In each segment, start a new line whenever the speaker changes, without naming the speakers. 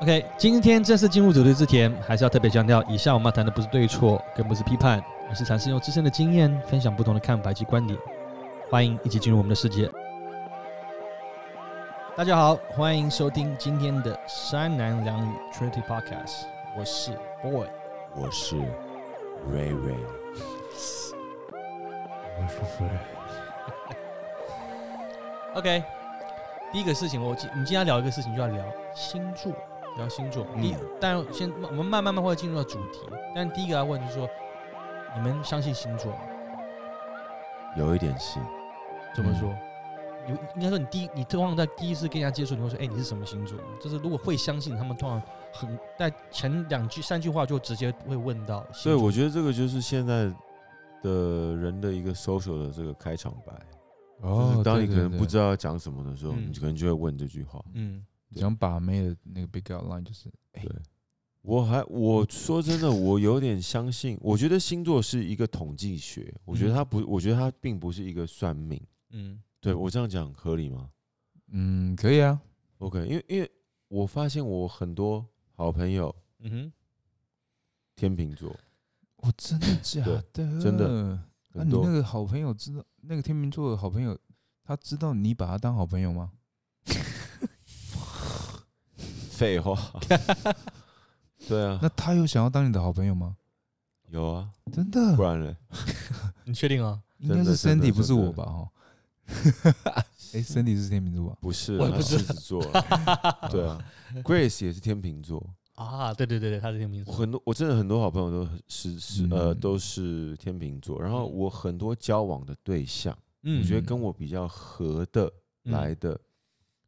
OK，今天正式进入主题之前，还是要特别强调，以下我们要谈的不是对错，更不是批判，而是尝试用自身的经验分享不同的看法及观点。欢迎一起进入我们的世界。大家好，欢迎收听今天的三男两女 Trinity Podcast，我是 Boy。
我是瑞瑞，我是弗瑞。
OK，第一个事情，我今我们今天要聊一个事情，就要聊星座，聊星座。
嗯
第、但先我们慢慢慢会进入到主题，但第一个要问就是说，你们相信星座吗？
有一点信，
怎
嗯
么说？你应该说你第一，你通常在第一次跟人家接触，你会说，哎、你是什么星座？就是如果会相信，他们通常很在前两句三句话就直接会问到星
所以
座。
我觉得这个就是现在的人的一个 social 的这个开场白，
哦
就是当你可能不知
道
道要讲什么的时候，
嗯
你可能就会问这句话。
嗯，
讲把妹的那个 big outline 就是，哎、
对我还我说真的，我有点相信，我觉得星座是一个统计学，我觉得它
嗯
不，我觉得它并不是一个算命。
嗯
对我这样讲合理吗
嗯，可以啊，
？OK，因为因为我发现我很多好朋友
嗯哼，
天秤座，
我真的假的？
真
的？那、
很
啊你
多
那个好朋友知道那个天秤座的好朋友，他知道你把他当好朋友吗？
废话，对啊，
那他有想要当你的好朋友吗？
有啊，
真
嗯
的
不，然呢？
你确定啊？
应该是
真的真的
Sandy 不是我吧？哈，哎，Sandy 是天秤座吧？
不是啊，
我也不知
狮子座啊， 对啊，Grace 也是天秤座。
啊，对对对对，他是天秤
我
座。
很多，我真的很多好朋友都是是呃
嗯
都是天秤座。然后我很多交往的对象，
嗯
我觉得
嗯
跟我比较合的
嗯
来的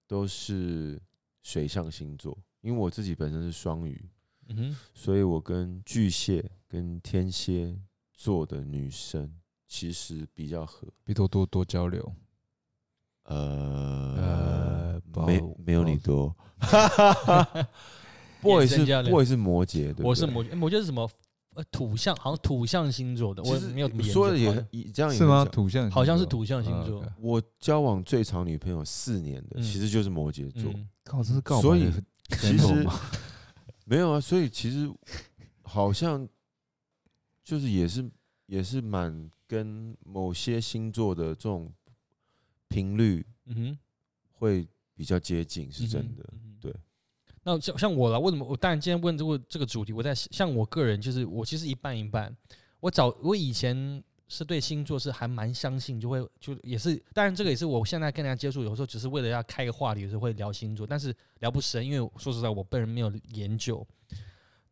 都是水象星座，因为我自己本身是双鱼，
嗯哼，
所以我跟巨蟹跟天蝎座的女生其实比较合。
别多多多交流，
呃
呃，
没
不好
没有你
不
多。哈哈哈哈 boy
眼神
是
交流
boy 是摩羯，对不对
我是摩羯，哎摩羯是什么？呃，土象，好像土象星座的，
其
我
实
没有
你
研
说的
究
也
好
很嗯也这样也
哦是吗？
很像
土象星座
好像是土象星座
啊，OK
我交往最长女朋友四年的，
嗯
其实就是摩羯座。
嗯
靠，这是告白
所以
的
其
demo
实
吗
没有啊，所以其实好像就是也是也是蛮跟某些星座的这种频率
嗯哼，
会比较接近，是真的。
嗯哼
对。
那像像我啦，为什么我当然今天问这个这个主题，我在像我个人就是我其实一半一半。我早我以前是对星座是还蛮相信，就会就也是，当然这个也是我现在跟人家接触，有时候只是为了要开个话题，有时候会聊星座，但是聊不深，因为说实在我本人没有研究。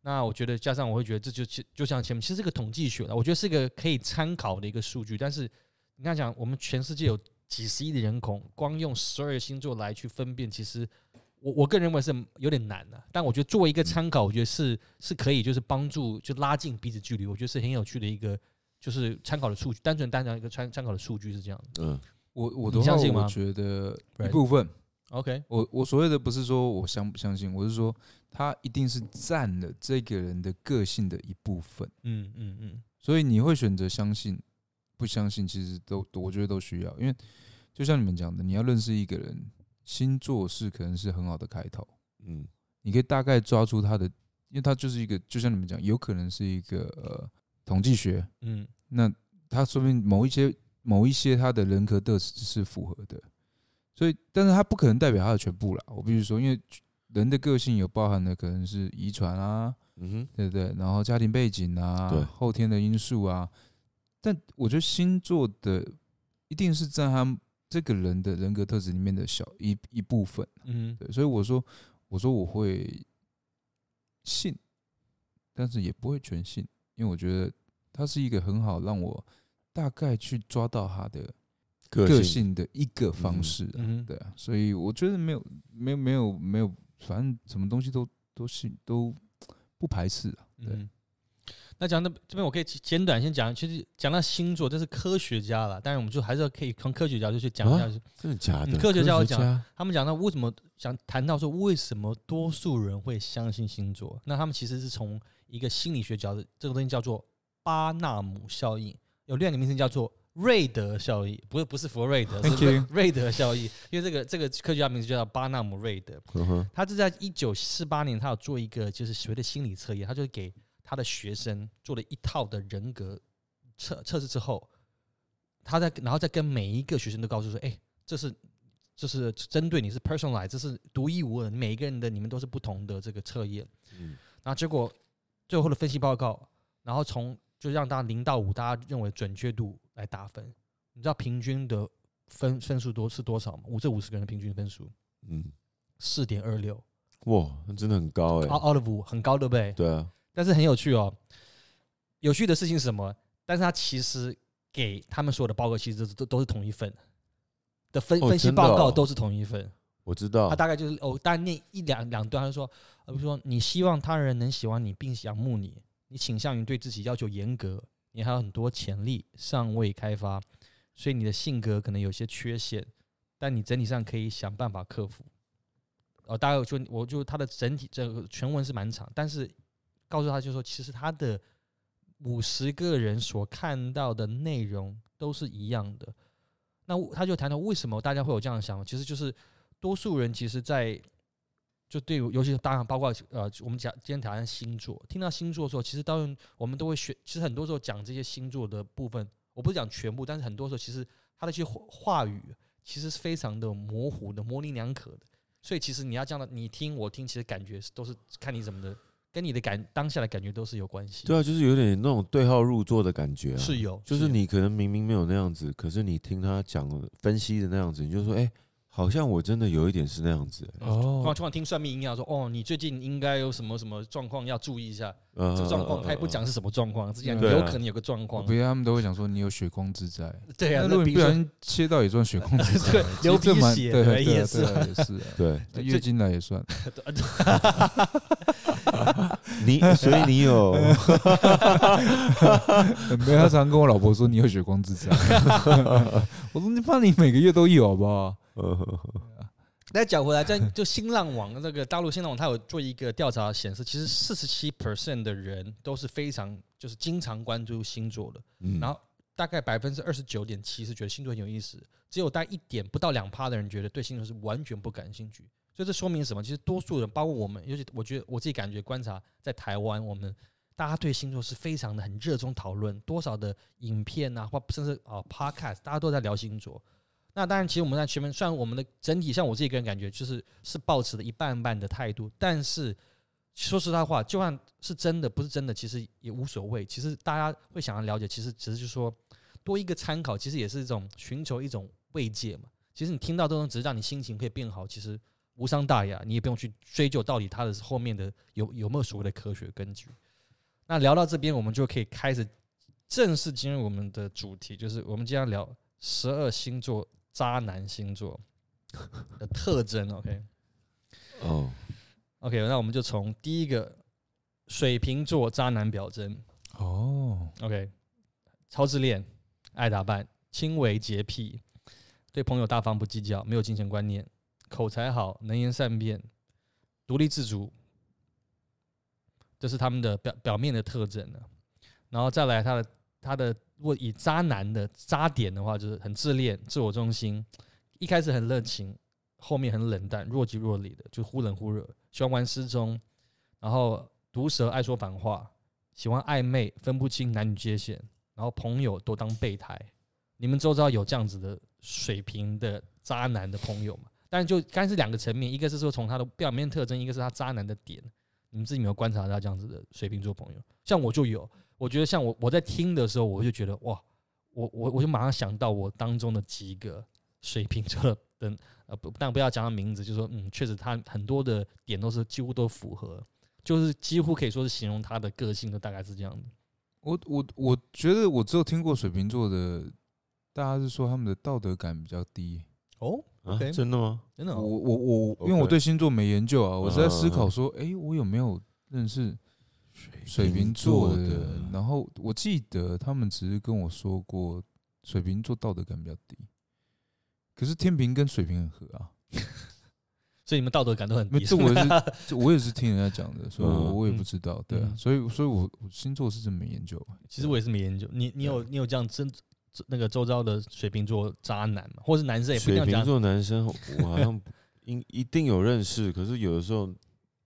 那我觉得加上我会觉得这就就就像前面，其实是个统计学了，我觉得是个可以参考的一个数据，但是你看讲我们全世界有几十亿的人口，光用十二星座来去分辨，其实我我个人认为是有点难的、啊但我觉得作
嗯
为一个参考，我觉得是是可以，就是帮助就拉近彼此距离，我觉得是很有趣的一个就是参考的数据，单纯单讲一个参参考的数据是这样的。
嗯，
我我
你
的话，
相信吗
我觉得一
Right
部分。
OK，
我我所谓的不是说我相不相信，我是说他一定是占了这个人的个性的一部分，
嗯嗯嗯
所以你会选择相信，不相信其实都我觉得都需要，因为就像你们讲的，你要认识一个人，星座是可能是很好的开头，
嗯，
你可以大概抓住他的，因为他就是一个，就像你们讲，有可能是一个呃统计学，
嗯
那他说明某一些某一些他的人格特质是符合的，所以，但是他不可能代表他的全部啦。我必须说，因为人的个性有包含的可能是遗传啊，
嗯
对不对？然后家庭背景啊
对，
后天的因素啊。但我觉得星座的一定是占他这个人的人格特质里面的小一一部分，
嗯
对。所以我说，我说我会信，但是也不会全信，因为我觉得它是一个很好让我大概去抓到他的
哼，
个性的一个方式啊、
嗯，
对啊，所以我觉得没有没有没有没有，反正什么东西都都信都不排斥啊。对
嗯，那讲到这边，我可以简短先讲，其实讲到星座，这是科学家了，但是我们就还是要可以从科学角度去讲一下，
啊
就是
真的假
嗯
的？
科学家有讲
家
他们讲到为什么想谈到说为什么多数人会相信星座，那他们其实是从一个心理学角度，这个东西叫做巴纳姆效应，有另外一个名称叫做瑞德效应，不是不是弗瑞德，
Thank
是瑞
you
瑞德效应。因为这个这个科学家名字就叫巴纳姆瑞德，
嗯哼，
他是在一九四八年，他有做一个就是所谓的心理测验，他就给他的学生做了一套的人格测测试之后，他在然后再跟每一个学生都告诉说，哎、这是这是针对你是 personalized，这是独一无二的，每一个人的你们都是不同的这个测验。
嗯，
然后结果最后的分析报告，然后从就让大家零到五，大家认为准确度来打分。你知道平均的分分数多是多少吗？五这五十个人的平均分数
嗯，
四点二六，
哇，那真的很高哎、
奥奥利五很高，对不对？
对啊，
但是很有趣哦。有趣的事情是什么？但是他其实给他们所有的报告其实都都都是同一份的分
哦
分析
真的哦
报告都是同一份。
我知道
他，大概就是哦，大概念一两两段，他就说，呃，比如说你希望他人能喜欢你并仰慕你，你倾向于对自己要求严格，你还有很多潜力尚未开发，所以你的性格可能有些缺陷，但你整体上可以想办法克服。哦，大概我就我就他的整体这个全文是蛮长，但是告诉他就说，其实他的五十个人所看到的内容都是一样的。那我他就谈到为什么大家会有这样的想法，其实就是多数人其实在，就对于，尤其是当然包括呃，我们讲今天谈星座，听到星座的时候，其实当然我们都会学，其实很多时候讲这些星座的部分，我不是讲全部，但是很多时候其实他的一些话话语其实是非常的模糊的、模棱两可的，所以其实你要这样的，你听我听，其实感觉是都是看你怎么的，跟你的感当下的感觉都是有关系，
对啊，就是有点那种对号入座的感觉啊，
是有，
就是
有
你可能明明没有那样子，可是你听他讲分析的那样子，你就说，哎、好像我真的有一点是那样子、欸，
光
哦，
光听算命一样说，哦，你最近应该有什么什么状况要注意一下，
呃
这个状况他也不讲，是什么状况，只讲
对
有
啊
可能有个状况
不，要他们都会讲说你有血光之灾，
对啊，
那如果
比
你不
如
小
说
心切到也算血 光之灾
对，流
其实这
鼻
蛮
血
对
对
对
也
啊
是
对啊也 是啊，
对
那
就
月经来也算，
你，所以 你有
没有他常跟我老婆说你有血光之灾， 我说你怕你每个月都有好不好？
哦
那讲回来，在就新浪网那个大陆新浪网，它有做一个调查显示，其实四十七 percent 的人都是非常就是经常关注星座的，
嗯
然后大概百分之二十九点七是觉得星座很有意思，只有大概一点不到两趴的人觉得对星座是完全不感兴趣。所以这说明什么？其实多数人，包括我们，尤其我觉得我自己感觉观察，在台湾，我们大家对星座是非常的很热衷讨论，多少的影片啊，或甚至啊 podcast，大家都在聊星座。那当然，其实我们在前面，虽然我们的整体像我自己个人感觉，就是是抱持的一半半的态度，但是说实在话，就算是真的不是真的，其实也无所谓。其实大家会想要了解，其实只是就说多一个参考，其实也是一种寻求一种慰藉嘛。其实你听到这种，只是让你心情可以变好，其实无伤大雅，你也不用去追究到底它的后面的有有没有所谓的科学根据。那聊到这边，我们就可以开始正式进入我们的主题，就是我们今天要聊十二星座渣男星座 的特征。OK。
哦，
OK，那我们就从第一个水瓶座渣男表征
哦，
，OK，超自恋，爱打扮，轻微洁癖，对朋友大方不计较，没有金钱观念，口才好，能言善辩，独立自主，这是他们的表表面的特征呢、然后再来他的他的，如果以渣男的渣点的话，就是很自恋、自我中心，一开始很热情，后面很冷淡，若即若离的，就忽冷忽热，喜欢玩失踪，然后毒舌，爱说反话，喜欢暧昧，分不清男女界限，然后朋友都当备胎。你们周遭有这样子的水平的渣男的朋友吗？但就刚才是两个层面，一个是说从他的表面特征，一个是他渣男的点。你们自己有没有观察到这样子的水瓶座朋友？像我就有，我觉得像我我在听的时候，我就觉得哇，我我我就马上想到我当中的几个水瓶座的人，呃，不，但不要讲他名字，就说嗯，确实他很多的点都是几乎都符合，就是几乎可以说是形容他的个性都大概是这样的。
我我我觉得我只有听过水瓶座的，大家是说他们的道德感比较低。
哦，
啊
OK
真的吗？
真
我
的、哦，
我我，因为我
OK
对星座没研究啊，我是在思考
嗯
说，诶，我有没有认识水瓶座的人？然后我记得他们只是跟我说过，水瓶座道德感比较低。可是天平跟水瓶很合啊，
所以你们道德感都很
没
低。
这我也是 这我也是听人家讲的，所以我
嗯
我也不知道，对啊
嗯，
所以所以我我星座是真没研究啊，
其实我也是没研究，你你有你有这样真这那个周遭的水瓶座渣男嘛，或是男生也不一
水
定要
瓶
讲。
座男生，我好像不应一定有认识，可是有的时候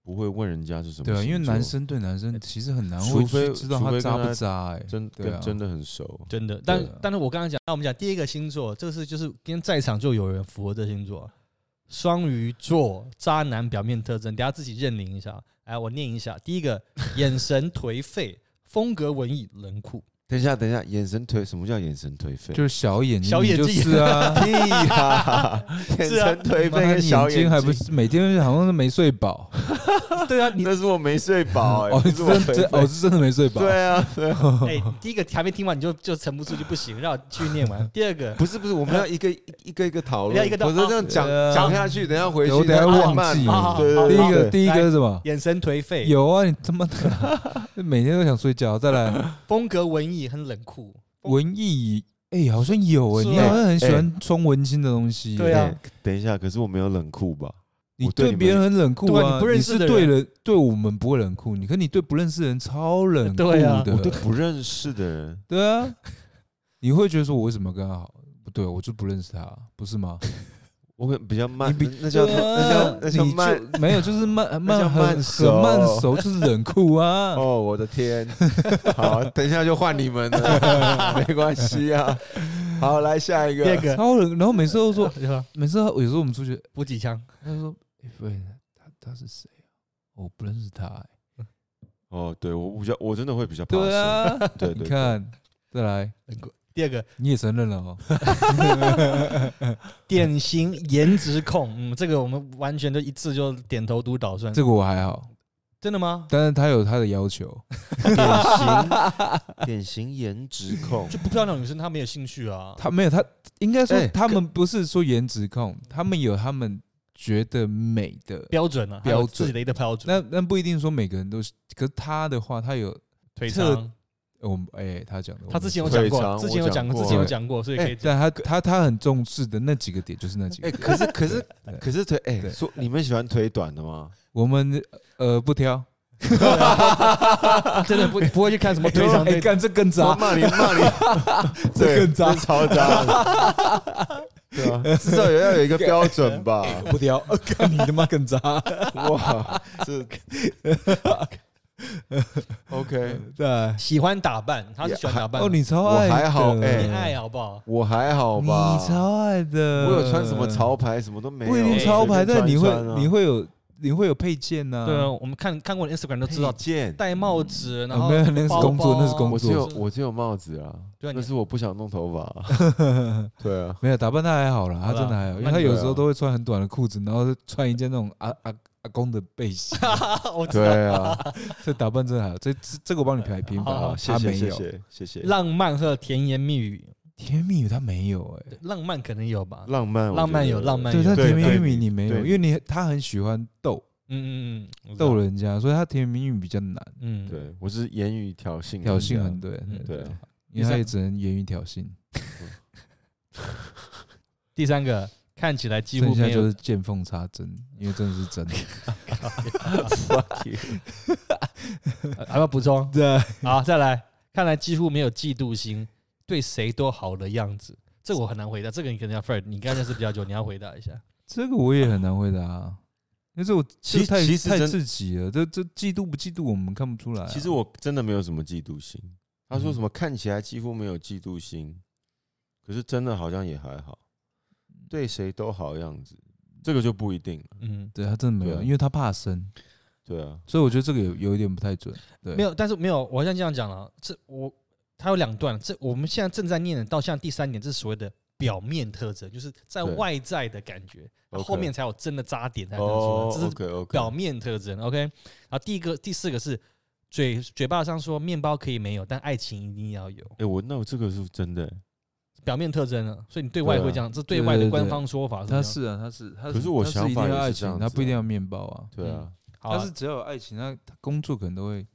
不会问人家是什么星座。
对啊，因为男生对男生其实很难
除
会
非
去知道
除
他
非
渣
跟
不
他
渣哎、
真
对
跟
啊
真的很熟，
真的，但、
对啊
但是我刚刚讲，那我们讲第一个星座，这个是就是今天在场就有人符合这星座，双鱼座渣男表面特征，等下自己认领一下。哎，我念一下，第一个眼神颓废，风格文艺冷酷，
等一下，等一下，眼神颓，什么叫眼神颓废？，
就是小眼睛，
小眼睛
就是啊
屁啦，眼
是啊
神颓废
妈的
跟小
睛还不
睛
是每天好像都没睡饱，
对啊，你
那是我没睡饱、欸，
哦，
不是我
真
颓
真哦
废。
是真的没睡饱，
对啊，对啊，
哎、 你第一个还没听完你就就沉不住就不行，让我继续念 完。第二个，
不是不是，我们要一个一个一个讨
要
论，
一个讨
否则这样讲
对啊
讲下去，等一下回去
我等一下
再
忘
慢
记
好好好
对对对
第一个
对
第一个是什么？
眼神颓废，
有啊，你他妈的 每天都想睡觉。再 来，
风格文艺，很冷酷。
文艺，哎，好像有哎，
是啊
你好像很喜欢冲文青的东西。
对啊
哎等一下，可是我没有冷酷吧？
你
我对
对
你们
别人很冷酷
对啊
啊，
你不认
你
识
是
的
对
人
人，对我们不会冷酷，你可你对不认识的人超冷酷
对啊
我对
的，
不认识的人，
对啊，你会觉得说我为什么要跟他好？不对，啊我就不认识他，不是吗？
我可能比较慢，
你比啊
那叫那叫那叫
你
慢。
就没有，就是慢
那叫慢
慢很很
熟
慢熟，就是冷酷 啊。
哦，我的天！好，等一下就换你们 了，没关系啊。好，来下一
第二
个。
个，
超冷，然后每次都说，
说
每次他有时候我们出去，
补几枪，
他就说：“哎、不对，他他是谁啊？我不认识他、欸。
哦，对我比较，我真的会比较”怕
对
生。
啊，
对对
你
对，
看，再来，
冷酷。第二个，
你也承认了哦。
典型颜值控，嗯，这个我们完全就一致就点头如捣蒜。
这个我还好，
真的吗？
但是他有他的要求。
典型 典型颜值控
就不漂亮的女生她没有兴趣啊。
他没有，他应该说
哎
他们不是说颜值控，他们有他们觉得美的。
标准啊，还
标
有
准
自己的一个标准。
那那不一定说每个人都是，可是他的话，他有
腿
特
长，
我们哎、他讲的，
她之前有
我没
讲
哎
腿长
过，之前有
我
讲
讲
过，
过
之前有讲过，所以可以
说，但他他他很重视的那几个点就是那几个
哎，
点。
可是可是
对
可是腿哎，
对
说你们喜欢腿短的吗？
我们呃不挑，
真的不不会去看什么腿长
哎，
腿
干这更
我
渣，
骂你骂你，
这
对
更渣
这超渣的。 对啊， 至少也要有一个标准吧。
不挑，呃干你他妈更 渣。
哇， 这 OK，
对，
喜欢打扮，她是喜欢打扮的。
哦，你超
我
爱的，
还好哎
你爱好不好？
我还好
你
吧？
超爱的。
我有穿什么潮牌，什么都没有。哎
不一定潮牌，
随便
但
穿
你
一
会
穿啊
你会有你会有配件呐。
对啊，，我们看看过你 Instagram 都知
哎
道
配，件。
戴帽子，然
啊
后
没有那是
包
工作
包
那是工
我
作
只有
是
嗯我只有帽子啊，
对啊你
但是我不想弄头发。 对啊，
没有打扮他还好啦，
好
他
啦
真的还好，因
那
为他
你
有
会
时候
啊
都会穿很短的裤子，然后穿一件那种阿阿阿公的 背心，
我知道。
对啊，
这打扮真的还好。这这这个我帮你排平反
好
啊
好，，谢
他
谢
没
谢
有。
谢谢谢。
浪漫和甜言蜜语，
甜蜜语他没有哎。
浪漫可能有吧，
浪漫，
浪漫有
我觉得
浪漫有
对，但
对
甜言
对
蜜语
你
你没有，
对
因为你他很喜欢逗
嗯嗯嗯，我知道
逗，人家，所以他甜言蜜语比较难，
嗯，
对我是言语挑衅人家，
挑衅很对，
嗯
对啊，
因为他也只能言语挑衅，
第三个看起来几乎
剩下
没
就
有
是见缝插针，因为真的是真的。？
Fuck you
呃还要补充
对，
好，再来，看来几乎没有嫉妒心，对谁都好的样子，这我很难回答。这个你可能要 Fred，你刚认识比较久，你要回答一下。
这个我也很难回答、啊，因为这我
其实
这太
其实
太
真
刺激了，这这嫉妒不嫉妒我们看不出来啊、
其实我真的没有什么嫉妒心。他说
嗯
什么看起来几乎没有嫉妒心，可是真的好像也还好，对谁都好样子，这个就不一定了。
嗯，
对他真的没有，
对啊
因为他怕生，
对啊，
所以我觉得这个有有一点不太准。对，
没有，但是没有，我好像这样讲了，啊这我它有两段，这我们现在正在念的到现在第三点，这是所谓的。表面特征就是在
对
外在的感觉，
OK
后面才有真的扎点才能
哦
出来，这是
OK OK，
表面特征。OK，然后第一个、第四个是嘴嘴巴上说面包可以没有，但爱情一定要有。
哎、我那我这个是真的欸、
表面特征啊，所以你对外会这样，这对外的
对对
官方说法是这
他
样
是啊，他是他
可是我
他
想
一定
法
要
也
爱
是这
情，
样
他
子
不一定
啊
要面包啊，
对啊，
好啊
他是只要有爱情，他他工作可能都会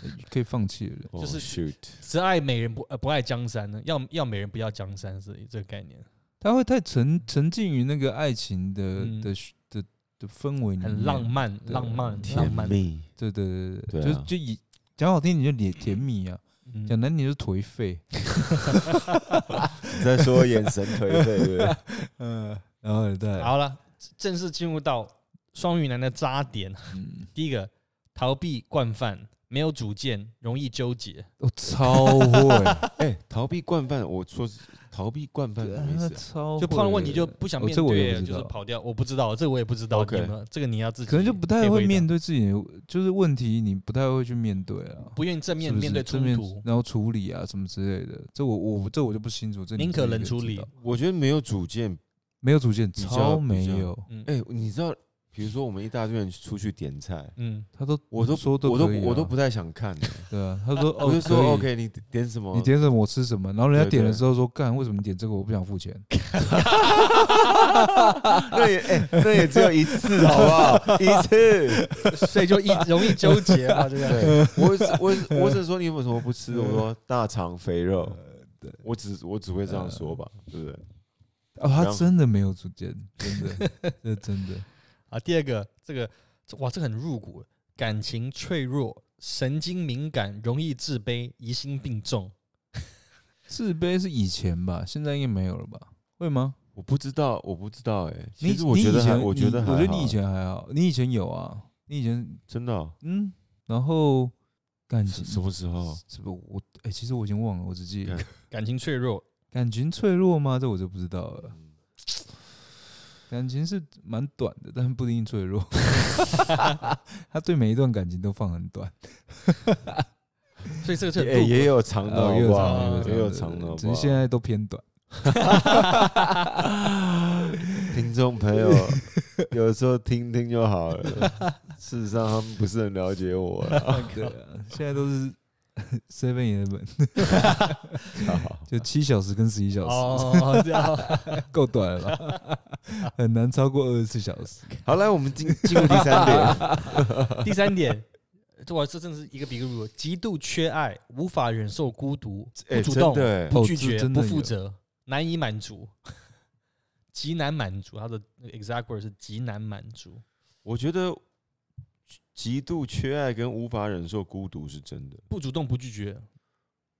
呃可以放弃的人。
嗯
哦
就是
shoot，
只爱美人不呃不爱江山呢，要要美人不要江山是这个概念，
他会太沉沉浸于那个爱情的、
嗯
的的的氛围里面，
很浪漫
嗯对
浪漫
甜
浪漫，
蜜，
对对对
对
对，
啊
就是就以讲好听你就甜甜蜜啊，
嗯
讲难听就是颓废，
你在说眼神颓废，对不对？
嗯，然后再来
好了，正式进入到双鱼男的渣点。
嗯，
第一个，逃避惯犯，没有主见，容易纠结。
我超会，
哎、逃避惯犯，我说是逃避惯犯什么 意思啊？
超会
就碰到问题就不想
哦
面
这我
对
也不
了，
知
就是
道
跑掉。我不知道，这我也不知道。
OK
你们这个你要自己，
可能就不太会面
对，
对自己的，就是问题你不太会去面对啊，
不愿意正面
是不是
面对
正
冲突，
然后处理啊什么之类的，这我我这我就不清楚，这你
宁可
自己
冷
以
处
知
理
道。
我觉得没有主见。
没有主见，
比较
超
比
没
较
有，
嗯
哎、你知道，比如说我们一大堆人出去点菜，
嗯，
他都
我都
说都
我都
可以
我都
啊
不太想看、欸，
对啊，他说哦，
我就说
可以
OK，你点什么？
你点什么我吃什么，然后人家
对
点了
对
之后说干，为什么你点这个我不想付钱？
那也哎，那也只有一 次，好不好？一次，
所以就易容易纠 结嘛，这个。
对，我只我只我只说你有没有什么不吃的？我说大肠肥肉，
呃
我只我只会这样说吧，对不对？
哦，
然
他
后
真的没有主见，真 的，这真的，
啊，第二个，这个这哇，这个很入骨，感情脆弱，神经敏感，容易自卑，疑心病重。
自卑是以前吧，现在应该没有了吧？会吗？
我不知道，我不知道，哎，
你
其实我
你
觉得
以
还，
前
我
你
觉得还好，啊
我觉得你以前还好，你以前有啊，你以前
真的哦
嗯，然后感
什
情
什么时候？
什么我哎、其实我已经忘了，我只记得
干
感情脆弱，
感情脆弱吗？这我就不知道了。感情是蛮短的，但不一定脆弱。 他对每一段感情都放很短，
所以这个是
哎
很入骨
也有长的，
啊
好
也
不
的
长
好？
的
也
有
有
长
长
的
的，好
只
不
是
好
现在都 偏短。
听众朋友有时候听听就好了。事实上，他们不是很了解我啦。
对啊，现在都是 seven eleven，
好
就七小时跟十一小时，
哦，这样
够短了吧？ 很难超过二十四小时。
好，来，我们进进入第三点。
第三点，这哇，这真的是一个比一个弱，极度缺爱，无法忍受孤独，
哎，
不主
真
动，
的
不
哦
拒
这
绝，
真
不
的
负
有
责，难以满足，极难满足。他的那个 exact word 是极难满足。
我觉得极度缺爱跟无法忍受孤独是真的。
不主动，不拒绝，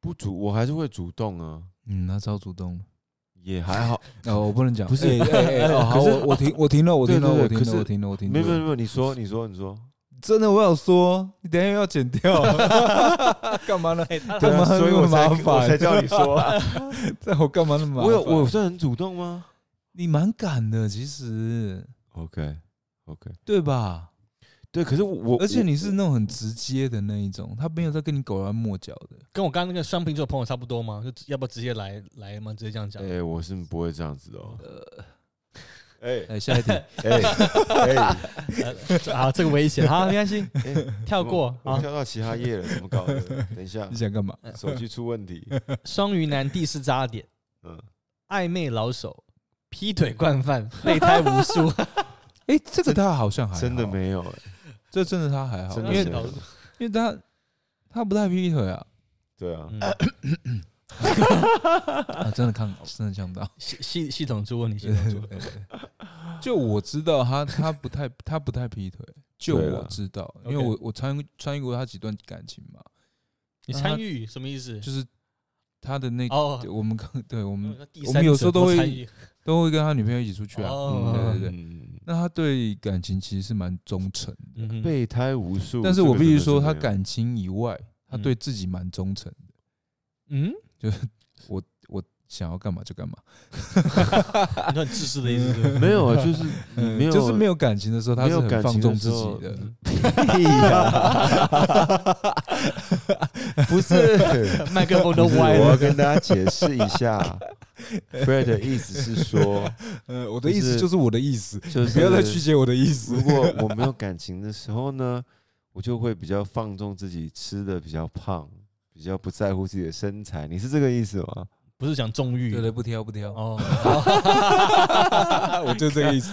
不主，我还是会主动啊，
嗯，他超主动了。
也还好。
哦，我不能讲，
不是
哎哎哎，哦好，
可是
我我停，我停了，我停了，
对对对
我停
可
了，
是
我停了，我停了。
没有没有没有，你说你说你说，
真的，我有说，你等一下又要剪掉， 干嘛呢？
哎、他
干
对啊，
嘛那么
所以我才
麻烦
我才叫你 说，
这我干嘛那么麻烦？
我有我算很主动吗
你蛮敢的，其实
？OK OK，
对吧？
对，可是我
而且你是那种很直接的那一种，他没有在跟你拐弯抹角的。
跟我刚刚那个双瓶座朋友差不多吗？就要不要直接来来嘛？直接这样讲。
哎，我是不会这样子的哦。
呃
哎
哎，下一 题，
哎哎，
呃好，这个危险，好，没关 系，跳
跳
过。
哎我
好，
跳到其他页了，怎么搞的？等一下
你，想干嘛？
手机出问题。
双鱼男第四渣点，
嗯，
暧昧老手，劈腿惯犯，备胎无 数。
哎，这个他好像还好
真的，没有，哎
这真的他还好，
真
因
的
为
没
搞
有。
因为他他不太劈 腿啊，
对啊，
嗯
啊，真的看真的呛到。
系系系统出问题，系
对
统出
对对 就我知道他他不太他不太劈腿，就
对
我
啦
知道，因
OK
为我我参参与过他几段感情嘛，
你
那他
参与什么意思？
就是他的那个
哦，嗯
我们刚对我
我
们
第
嗯我
三
们有时候
者
都会
参与
都会跟他女朋友一起出去啊，
哦
嗯对对对。
对，
那他对感情其实是蛮忠诚的，
嗯哼
备胎无数。
但是我必须说，他
敢
感情以外，他
嗯
对自己蛮忠诚的，
嗯，
想要干嘛就干嘛，
你说很自私的意思是不是？
没有啊，就是没有，
嗯就是没有感情的时候，他
没
是
有
很
感
放
情
纵
的
自
时
己
候
的。嗯
屁呀，不是。
麦克风都
不是
歪
我要
了。
跟大家解释一下，Fred 的意思是说，
呃，我的意思就是我的意思，
就是
不要再曲解我的意思
如。果我没有感情的时候呢，我就会比较放纵自己，吃的比较胖，比较不在乎自己的身材。你是这个意思吗？
不是讲纵欲
对对，不挑不挑，
哦，
我就这个意思。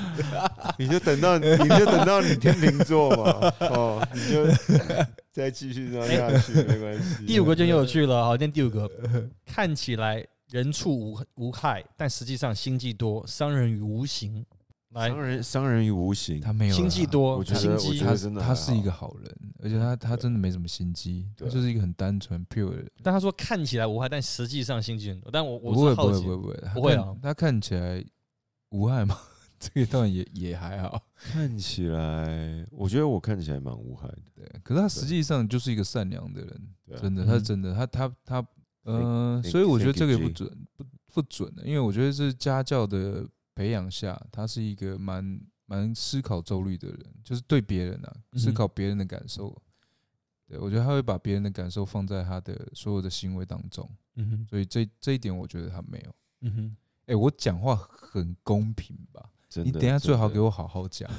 你就等到你就等到你天秤座嘛，哦，你就再继续这样下去没关 系。
第五个就很有趣了，好，念第五个， 看起来人畜无无害，但实际上心计多，伤人于无形。来，
伤人伤人于无形，
他没有啦，
心计多，
我觉
心
得我
机
觉得真的
他
还
是一
好
个好人，而而且他他真的没什么心机，他
对
就是一个很单纯 pure 的人。
但他说看起来无害，但实际上心机很多。但我
不
我
会
是
不
好
会
奇
不，会不会，他
不会
看
啊
他看起来无害嘛， 这个当然也也还好，
看起来，我觉得我看起来蛮无害的。
对。可是他实际上就是一个善良的人，
对啊
真的，他
嗯
真的，他他他，呃，
Thank-
所以我觉得
thank
这个也不
you, G
准，不不准的，因为我觉得是家教的培养下，他是一个蛮蛮思考周率的人，就是对别人啊，思
嗯
考别人的感受。对，我觉得他会把别人的感受放在他的所有的行为当中，
嗯哼，
所以这这一点我觉得他没有。
嗯哼，
哎、我讲话很公平吧？
真的，
你等一下最好
真的
给我好好 讲。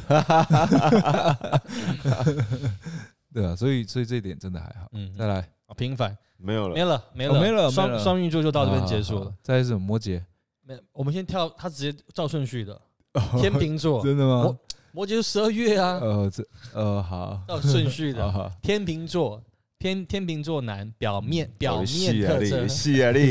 对啊，所以所以这一点真的还好。
嗯
再
哼，
来，
好平凡，
没有
没
了。
了没
哦
了
没了没
双
了
双运座就到这边结束
好好
了
好。再来是什么摩羯？
没，我们先跳，他直接照顺序 的。天秤座，
真的吗？
摩羯就十二月 啊，
呃，这呃好，
照顺序 的。
好
天秤座，天天秤座男，表面表面
戏啊
特
力，
征，
戏啊力，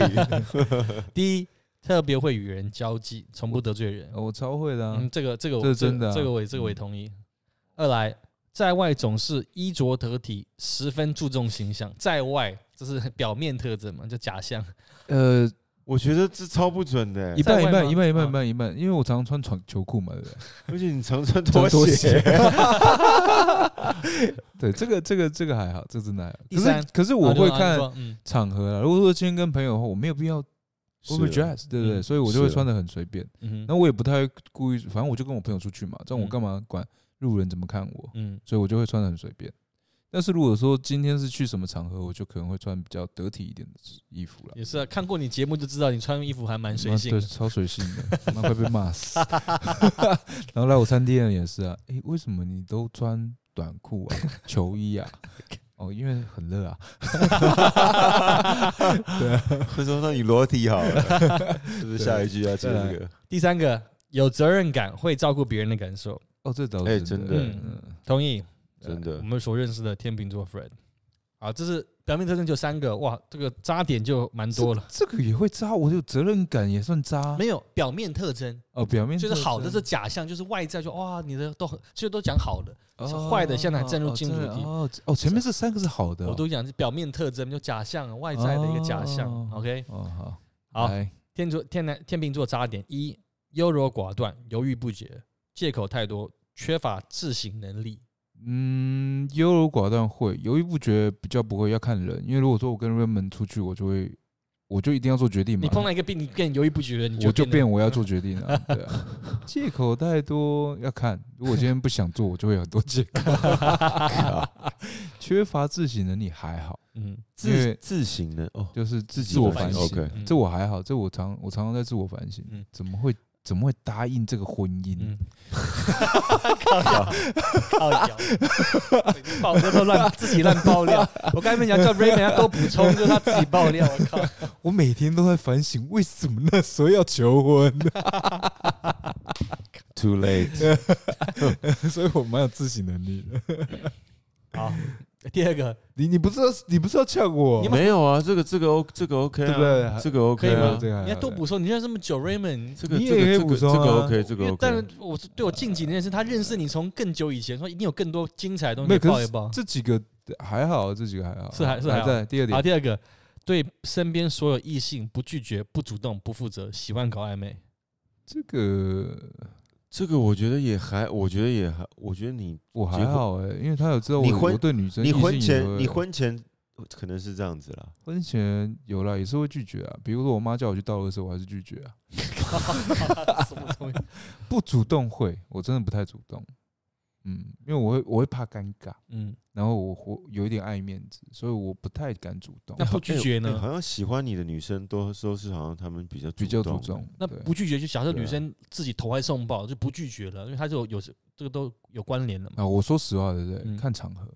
第一，特别会与人交际，从不得罪人。
我超会的啊
嗯，，这个这个我
这是真的啊
这个我也这个我也同意。二来，在外总是衣着得体，十分注重形象，在外这是表面特征嘛，就假象。
呃，
我觉得这超不准的
一
欸。
半一
在外
半
吗
一半一半
啊
一半一半，因为我常常穿长球裤嘛，对 不对？
而且你常穿
穿拖
鞋，啊
对，这个这个这个还好，这个真的还好。
第
可
三
是可是 我
啊
会，
你
看
说嗯，
场合啦，如果说今天跟朋友的话，我没有必要
是 啊
overdress，对不对？
嗯
所以我就会
是啊
穿的很随便。
嗯
那
哼
我也不太会故意，反正我就跟我朋友出去嘛，这样我
嗯
干嘛管路人怎么看我？
嗯
所以我就会穿的很随便。但是如果说今天是去什么场合，我就可能会穿比较得体一点的衣服了。
也是啊，看过你节目就知道你穿衣服还蛮随
妈
性
对，
的。
超随性的，妈快被骂死。 然后来我餐厅的人也是啊，诶，为什么你都穿短裤啊、球衣啊？ 哦，因为很热啊。
会说那你裸体好了，啊是不是下一句要接这个？
第三个，有责任感，会照顾别人的感受，
哦，这倒
诶
是
真
的
嗯
同意。呃
真
我
的，
们所认识的天秤座 Fred，啊，这是表面特征就三个，哇，这个渣点就蛮多了。
这个也会渣，我有责任感也算渣。
没有表面特征，
哦，表面
就是
特
好的
征
是假象，就是外在就哇，你的都很，其实都讲好的，
哦
坏的现在还
哦
正入
哦
进
真
入
的
地
哦哦，前面这三个是好的哦，
我都讲是表面特征，就假象外在的一个假象。
哦
OK，
哦好
好，
来
天座天南天秤座渣点一：优柔寡断、犹豫不决、借口太多、缺乏自省能力。
嗯，优柔寡断会，犹豫不决比较不会，要看人。因为如果说我跟 Raymond 出去，我就会，我就一定要做决定嘛。
你碰到一个病，你更犹豫不决嗯的，你
嗯我就
变
变
得
我要做决定了、对啊。借口太多，要看。如果今天不想做，我就会有很多借口。 缺乏自省能力还好，
嗯
因为
自自省呢？哦，
就是自
己
自我
反
反
省
省。
OK
嗯
这我还好，这我常我常常在自我反省，
嗯
怎么会怎么会答应这个婚姻？
嗯，靠腰靠腰，爆料都乱自己乱爆料。我刚才没讲叫 Raymond 要多补充，就是他自己爆料。我靠，
我每天都在反省，为什么那时候要求婚？
Too
啊
late，
所以我蛮有自省能力的。
好，第二个
你你不是要你不是要呛我？
你们
没有啊，这个这个 O 这个 OK 啊
对不对
这个 OK
可以
啊
吗，
这个还好
你要多补充，你认识这么久 Raymond，
这个
你
这
也可
个
以
这
补
个
充啊
这个 OK，这个
因为
OK，
但是我是对我近几年认识他，认识你从更久以前，说一定有更多精彩的东
没
西
有可是
报一报。
这几个还好，这几个还好，
是还是还好啊
在第二
好，
点。
第二个，对身边所有异性不拒绝、不主动、不负责，喜欢搞暧昧。
这个
这个我觉得也还，我觉得也还，我觉得你
我还好哎、因为他有知道
你
我
婚
我对女生
你
异性
婚
也会
前你婚前可能是这样子啦，
婚前有啦，也是会拒绝啊。比如说我妈叫我去倒垃圾，我还是拒绝啊。
什么东西？
不主动会，我真的不太主动，嗯，因为我会我会怕尴尬，
嗯，
然后我我有一点爱面子，所以我不太敢主动
那，不拒绝呢
哎好像喜欢你的女生都都是好像她们比较
比较主
动
动。
那
对
不拒绝就假设
对啊
女生自己投怀送抱，就不拒绝了，因为他就有这个都有关联了嘛。
啊，我说实话，对不对？
嗯
看场合。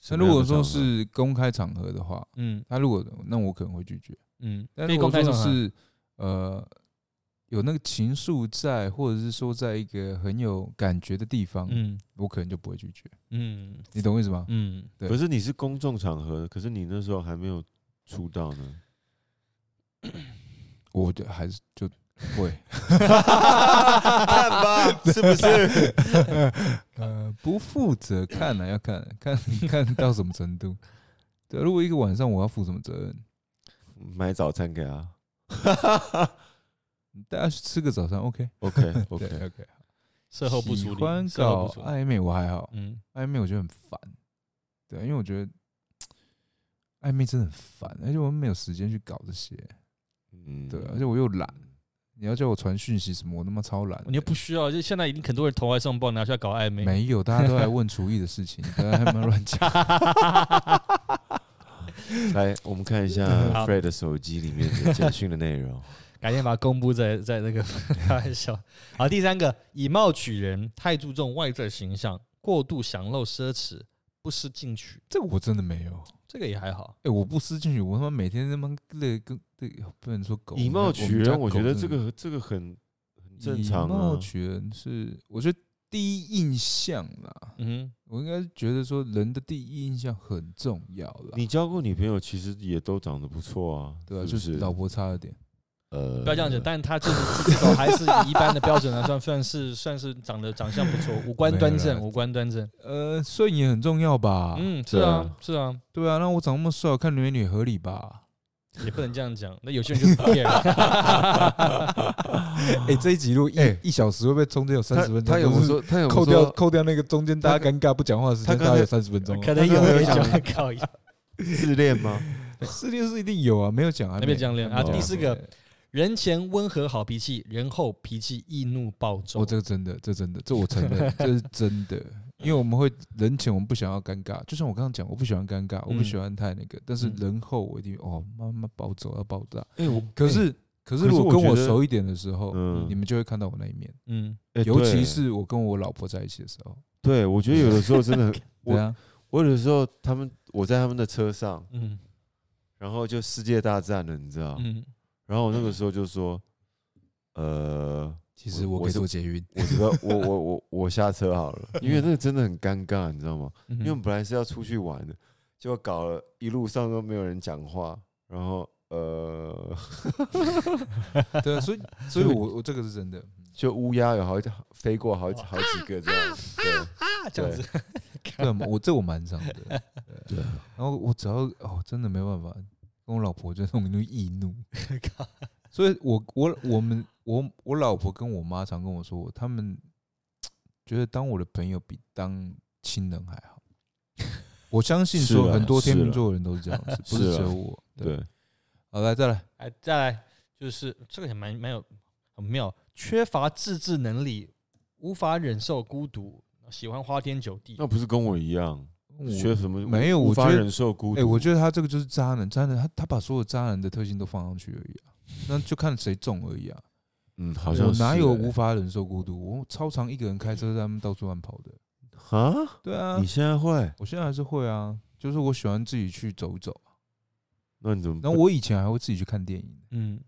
什么
那如
样
果
的
说
场合
是公开场合的话，
嗯
那如果那我可能会拒绝。
嗯，
但
非
如
公
果
开
说
场合
是呃有那个情愫在，或者是说在一个很有感觉的地方，
嗯
我可能就不会拒绝。
嗯
你懂我意思吗？
嗯，
对
可是你是公众场合，可是你那时候还没有出道呢，
我就还是就 会，
看吧，是不是？
呃，不负责看啊了、要看 看看到什么程度。对啊，如果一个晚上我要负什么责任？
买早餐给 他。
大家去吃个早餐，OK
OK
对
OK，
OK。
事后不
喜
处理，
欢
事后
搞
不处理
暧昧我还好，
嗯，
暧昧我觉得很烦，对，啊因为我觉得暧昧真的很烦，而且我们没有时间去搞这些，
嗯，
对，啊而且我又懒，你要叫我传讯息什么，我他妈超懒的，
你又不需要，就现在已经很多人投怀送抱，拿出来搞暧昧。
没有，大家都来问厨艺的事 情，不要他们乱讲。
来，我们看一下
好
Fred 的手机里面的简讯的内容。
改天把它公布在在那个 开玩笑。好，第三个，以貌取人，太注重外在形象，过度享乐奢侈，不思进取，
这个我真的没有，
这个也还好。
哎、我不思进取，我他妈每天他妈累跟对，不能说狗
以貌取人，我觉得这。个这个很很
我
正
们家
常
狗真的以貌
啊。
取人是，我觉得第一印象啦，
嗯
我应该觉得说人的第一印象很重要啦。
你交过女朋友，其实也都长得不错啊，
对啊，
是
就
不
是
是
老婆差了点。
呃，
哼，不要这样子，但他就是至少还是以一般的标准来算，算是算是长得长相不 错，五官端
没有
正，
啦
五官端正。
呃，顺眼很重要吧？
嗯，是
对
啊
啊，
是啊，
对啊，那我长那么帅，我看留言也合理 吧？
也不能这样讲。那有些人 就是不 care。
哎、这一集如果一、
哎
一小时会不会中间有三
他
十分钟？
他有
都是
说，他有
扣
说
掉扣掉那个中间大家尴尬不讲话的时
他
间，
刚才
大概有三十分钟哦。
可能 有人想搞一
自恋吗？
四六是一定有啊，没有讲啊，
还没有讲练啊
第
四个，人前温和好脾气，人后脾气易怒暴
我、
躁。
哦、这个真的，这真的，这我承 认，这是真的。因为我们会人前我们不想要尴尬，就像我刚刚讲，我不喜欢尴尬，我不喜欢太那个，但是
嗯
人后我一定哦，妈妈暴走要爆炸。
哎，我
可是
可
可是
是
如果
我
跟
觉
我
得
熟一点的时候，
嗯
你们就会看到我那一面，
嗯，
哎
尤
对
其是我跟我老婆在一起的时候，
对，我觉得有的时候真的 很，
对啊，
我有的时候他们我在他们的车上，
嗯
然后就世界大战了，你知道？
嗯，
然后我那个时候就说，呃，
其实
我
我可以
是
做 捷运，
我这个我我我我下车好了，因为那个真的很尴尬，你知道吗？
嗯
因为
嗯
我们本来是要出去玩的，结果搞了一路上都没有人讲话，然后呃，
对啊，所以所以我我这个是真的，
就乌鸦有好几飞过好好几个这样，
啊这样子，
对啊，我这我蛮常的， 对啊。然后我只要哦，真的没办法，跟我老婆就那种易怒， 所以我我我们我我老婆跟我妈常跟我说，他们觉得当我的朋友比当亲人还好。我相信
是
说
啦
很多天
是
秤
啦
座的人都是这样子，不
是
是
啦
只有我。
对，对，
好来再来，
哎，再来就是这个也蛮蛮有很妙，缺乏自制能力，无法忍受孤独，喜欢花天酒地
那。不是跟我一样
我
学什么？
嗯没有
无
我
法
觉得
忍受孤
哎、
独。
我觉得他这个就是渣男，渣男他他把所有渣男的特性都放上去而已啊，那就看谁中而已啊。
嗯，好
我
像
哪
是
有
欸
无法忍受孤独？我超常一个人开车在他们到处乱跑的。
啊？
对啊
你，现在会？
我现在还是会啊，就是我喜欢自己去走走。
那你怎么不？
然后我以前还会自己去看电影，
嗯，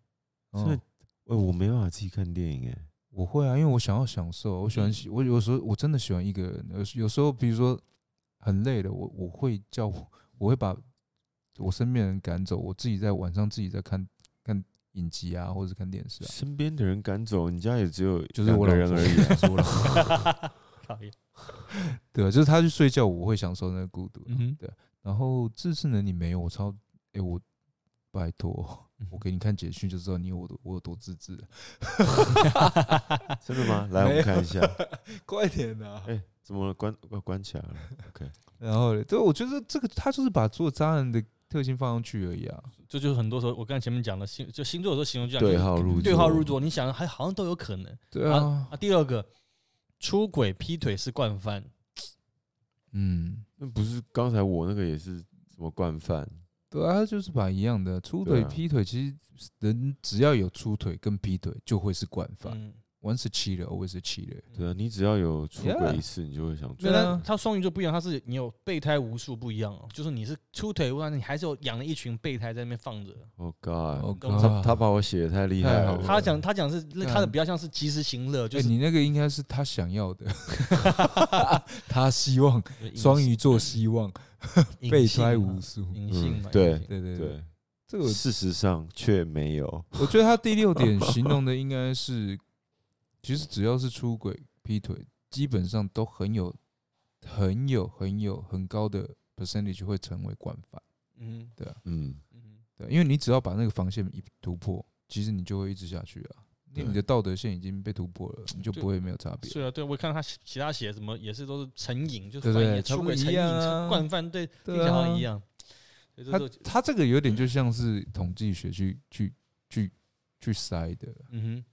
嗯
真的哎我没办法自己看电影哎，
我会啊，因为我想要享受，我喜
嗯
欢我有时候我真的喜欢一个人，有时有时候比如说很累了，我我会叫我我会把我身边人赶走，我自己在晚上自己在看看影集啊，或者是看电视啊，
身边的人赶走，你家也只有
就是我
两
老
个人而
婆
已啊。
是我老婆
讨厌。
对啊，就是他去睡觉，我会享受那个孤独啊。
嗯哼，
然后自制能力没有，我超哎、我拜托
嗯，
我给你看简讯就知道你有我多我有多自制了，
真的吗？来，我
没
们
有
看一下。
快点啊！
哎，怎么了？关关关起来了？
然后嘞对，我觉得这个他就是把做渣男的特性放上去而已啊。
这就是很多时候我刚才前面讲的星，就星座有时候形容就像
对号入座。
对号入。座，你想还好像都有可能
对啊，
啊。第二个，出轨劈腿是惯犯，
嗯，
那不是刚才我那个也是什么惯犯？
对啊，他就是把一样的出
对
腿、
啊
劈腿，其实人只要有出腿跟劈腿，就会是惯犯。
嗯，
Once a cheater, always a cheater。
对啊，你只要有出
Yeah
轨一次，你就会想出
对
对啊
啊，他双鱼座不一样，他是你有备胎无数不一样哦，就是你是出腿，但是你还是有养了一群备胎在那边放着。
Oh God！
Oh
懂
他
God
他把我写的太厉害
太好
了
了。
他讲他啊讲是那他的
干
比较像是及时行乐，就
哎
是
你那个应该是他想要的，他希望哎 双鱼座希望
隐
备
性
胎
嘛
无数。嗯
隐性嘛，
对
隐性
对对对，
对，
这这个我
事实上却没有。
我觉得他第 六点形容的应该是，其实只要是出轨、劈腿，基本上都很有、很有、很有很高的 percentage 会成为惯犯。
嗯
嗯，
嗯，
对，因为你只要把那个防线一突破，其实你就会一直下去啊。因为
对
你的道德线已经被突破了，你就不会没有差别。
是啊，对我看他其他写什么也是都是成瘾，就是
对不
反
对
正也
差
出
不
轨
多
成
一
瘾
样啊
惯犯，对，听
对
起来好像
啊
一样。所以这
他
都
啊他这个有点就像是统计学去去去去筛的。
嗯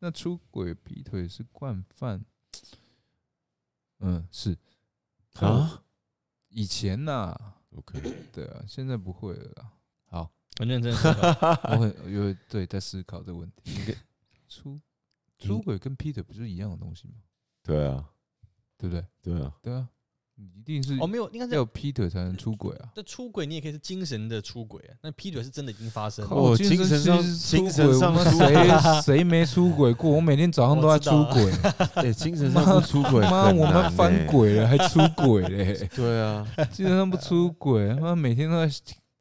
那出轨、劈腿是惯犯，嗯，是
啊
以前呐、
，OK，
对啊，现在不会了啦。好，
哼，很认真思考。
我很有对在思考这个问题。 出出轨跟劈腿不是一样的东西吗？
对啊，
对不对？
对啊，
对啊，你一定是
哦，没有，应该是
要劈腿才能出轨啊。
这出轨你也可以是精神的出轨，啊那劈腿是真的已经发生了。
哦
精
精神
神
上
是
精
出
神
轨我
上
们
出
谁谁没出轨过？我每天早上都在
我知道
出
啊
轨，
哎，精神上不出轨，欸
妈，我们翻。轨了还出轨嘞，
对啊，
精神上不出 轨，妈每天都在，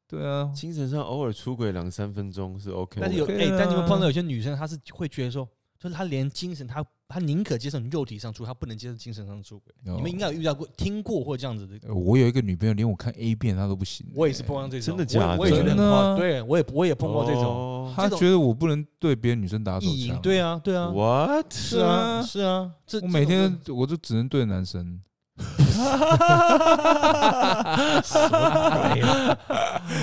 对啊，
精神上偶尔出轨两三分钟是 OK 的。
但是有哎、
OK 啊
但你会碰到有些女生，她是会觉得说，就是她连精神，她她宁可接受你肉体上出轨，她不能接受精神上出轨。
哦
你们应该有遇到过、听过或这样子的。
呃我有一个女朋友，连我看 A 片她都不行，
我也是碰到这种，
真的假的
我也我也觉得
真
很
的哦啊
夸，对我也我也碰过这种
种
她
这种
觉得我不能对别的女生打手
意淫。
枪，
对，啊，对啊，
哦 What？
是啊，是啊，这
我每
这
天
种
我就只能对男生，
什么鬼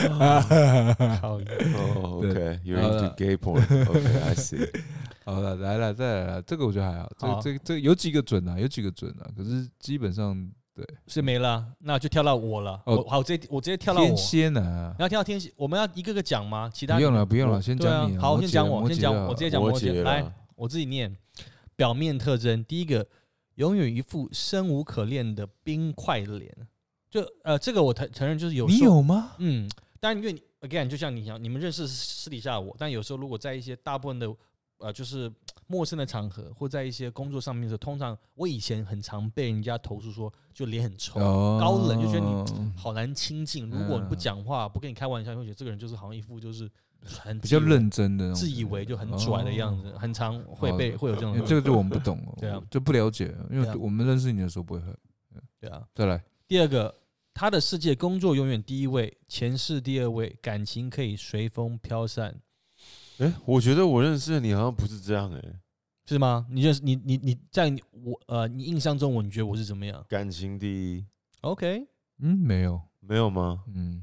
啊 靠腰
哦
对
，OK，you're
好了
into gay porn。OK，I see。
好了，来了，再来了，这个我觉得还好，
好
这这这有几个准啊，有几个准啊，可是基本上对
是没了，那就跳到我了。
哦
我好，我直接我直接跳到我。
天蝎男啊
你，要跳到天蝎，我们要一个个讲吗？其他
不用了，不用
我
了，先
对啊
讲你啊，
好，我
摩
先
羯
讲
摩
我，先
羯
讲
啊
我，直接讲
摩
摩羯。
羯
来
啦，
我自己念。表面特征，第一个，永远一副生无可恋的冰块脸。就呃，这个我承承认，就是有
你
时候
有吗？
嗯，当然，因为你 again，就像你讲，你们认识是私底下我，但有时候如果在一些大部分的呃，就是陌生的场合，或在一些工作上面的时候，通常我以前很常被人家投诉说，就脸很臭，高冷，就觉得你
你
好难亲近。如果你不
哦嗯
讲话，不跟你开玩笑，你会觉得这个人就是好像一副就是很
比较
自以为、
认真的那种
自以为就很拽的样子，很常会被
好
会有这种
因
人。
为哦呃这个就我们不懂哦，
嗯对啊
就不了解，因
对啊
为我们认识你的时候不会喝。
对啊。
再来，
第二个，他的世界工作永远第一位，前世第二位，感情可以随风飘散，
哎，我觉得我认识的你好像不是这样哎，
是吗？你认识你你你在你我呃，你印象中我你觉得我是怎么样
感情第一
？OK，
嗯，没有，
没有吗
嗯，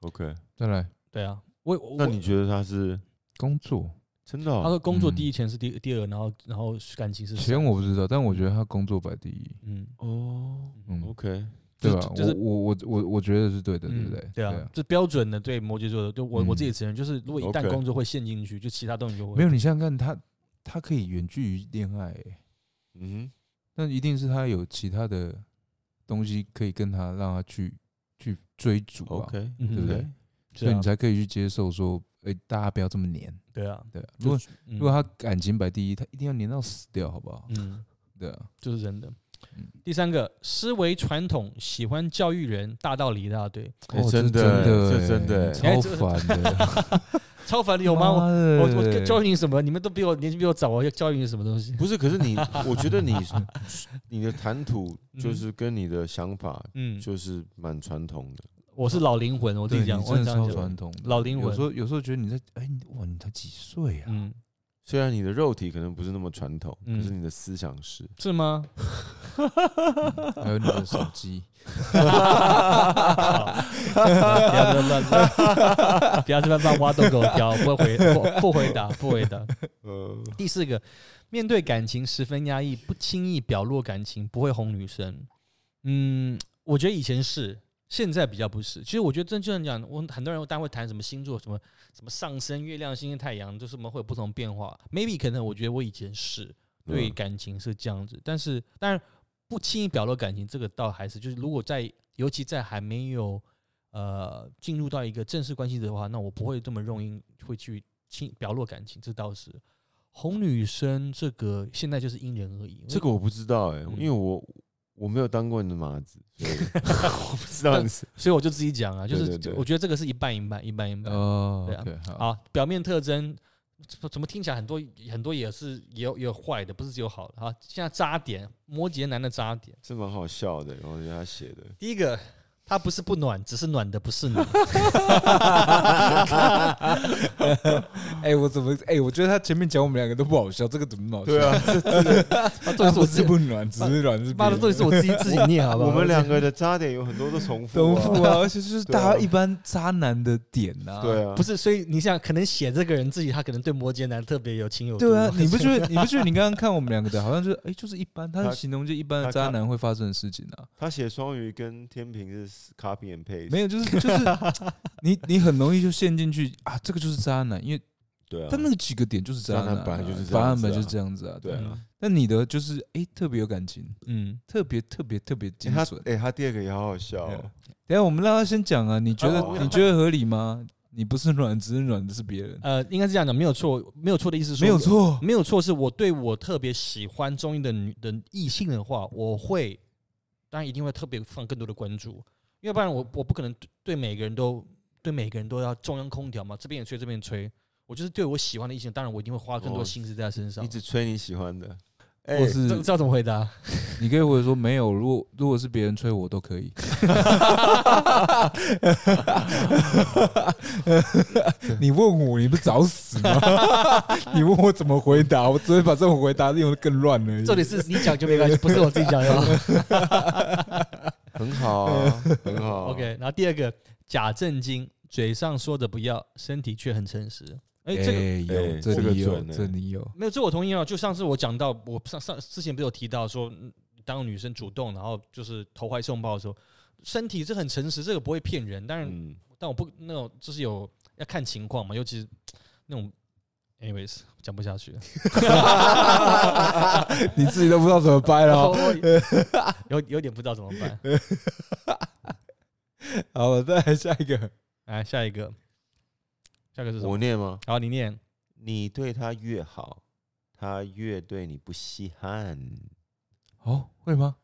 ？OK，
再来
对啊，我我
那你觉得他是
工作，
真的
我
哦？
他说工作
嗯
第一，前世第第二，然后然后感情是啊
钱
三
我不知道，但我觉得他工作摆第一，
嗯
哦
嗯，
，OK，
对
就
吧？
就是
我我我我我觉得是对的，对
嗯
不对？
对
对
啊，，这标准的对摩羯座的，就我我自己
嗯
承认，就是如果一旦
OK
工作会陷进去，就其他东西就会
没有，你想想看，他他可以远距离恋爱欸，
嗯
那一定是他有其他的东西可以跟他让他去去追逐
哼
啊，
，OK，
嗯
对不对？
所
对
以
啊
你才可以去接受说，哎，大家不要这么黏，
对啊，
对啊。如
就
果
是嗯
如果他感情摆第一，他一定要黏到死掉，好不好？
嗯，
对啊，
这是真的
嗯。
第三个，思维传统，喜欢教育人，大道理一大堆，
哎
哦，
真
这
的
真
哎这真的
哎
超烦 的，
超凡的有吗？我我
我
我教育你什么？你们都比我年纪比我早，我要教育你什么东西？
不是，可 是你，我觉得你你的谈吐就是跟你跟你的想法
嗯，
就是蛮传统的，
我是老灵魂，我自己讲，我
真
很
的
常
超
讲，
传统的，
老灵
有
魂
时。候有时候觉得你在哎你哇你才几岁啊？
嗯，
虽然你的肉体可能不是那么传统，
嗯
可是你的思想是。
是 吗？
还有你的手 机，
好 不要这么乱乱，不要这么乱挖洞给我挑，不会回不不回答，不回答。
呃，
第四个，面对感情十分压抑，不轻易表露感情，不会哄女生。嗯，我觉得以前是，现在比较不是。其实我觉得真正讲，我很多人当然会谈什么星座，什么什么上升、月亮、星星、太阳，就是我们会有不同变化。Maybe 可能我觉得我以前是对
嗯
感情是这样子，但是当然不轻易表露感情，这个倒还是就是如果在尤其在还没有呃进入到一个正式关系的话，那我不会这么容易会去轻表露感情，这倒是。哄女生这个现在就是因人而异，
这个我不知道哎、
嗯
因为我我没有当过你的马子，所以 我不知道你是
所以我就自己讲啊，就是
对对对
我觉得这个是一半一半，一半一半。
哦
对啊
，OK，好，
啊，表面特征怎怎么听起来很多很多也是也有也有坏的，不是只有好的啊。现在渣点，摩羯男的渣点，
是蛮好笑的。我觉得他写的，
第一个。他不是不暖，只是暖的不是你。
哎，我怎么哎，我觉得他前面讲我们两个都不好笑，这个怎么那么好 笑？
啊，
他不是不暖，只是暖是
妈的，这
别人
里是我自己自己念，好不好？
我们两个的渣点有很多都重复、
重复啊，而且就是
对啊
大家一般渣男的点呐。
对啊，
不是，所以你想，可能写这个人自己，他可能对摩羯男特别有情有独
对啊，你不觉得？你不觉得你刚刚看我们两个的，好像就是哎、就是一般，他
他
形容就一般的
他
渣
看
男会发生的事情啊。
他写双鱼跟天平是 copy and paste，
没有，就是 就是你你很容易就陷进去啊，这个就是渣男，因为
对啊
他，那个几个点就是渣男啊，
渣男本来就是这样子啊
答案本来就是这样子啊。
对啊。
但你的就是哎、特别有感情，嗯，特别特别特别
哎
精
他
准。
哎、他第二个也好好笑、
对
哦
啊，等一下我们让他先讲啊，你觉得、
哦
你觉得合理吗？你不是软，只是软的是别
啊
人，
呃，应该是这样讲，没有错，没有错的意思是说
没有，错。
没有错，是我对我特别喜欢中意的女的异性的话，我会当然一定会特别放更多的关注，要不然我我不可能对对每个人都对每个人都要中央空调嘛，这边也吹这边也吹。我就是对我喜欢的异性，当然我一定会花更多
哦
心思在他身上。
一直吹你喜欢的，哎、
或是
这知道怎么回答？
你可以回说没有，如果如果是别人催我 都可以。你问我，你不找死吗？ 你问我怎么回答，我只会把这种回答用的更乱而已。
重点是你讲就没关系，不是我自己讲的。
很好啊，很好啊、
OK，然后第二个假正经，嘴上说着不要，身体却很诚实。哎、
哎、
这个
有、
哎
这
这个
里有、
准欸
这里有，
没有，这我同意啊。就上次我讲到，我上上之前不是有提到说，嗯当女生主动，然后就是投怀送抱的时候，身体是很诚实，这个不会骗人。但是，
嗯，
但我不那种就是有要看情况嘛，尤其是那种，anyways，讲不下去 了。
你自己都不知道怎么掰
然
了
后我
哦。
啊 有有点不知道怎么办。
好了，再来下一个。
来下一个，下一个是什么
我？念吗？
好，你念。
你对他越好，他越对你不稀罕。
哦，会吗？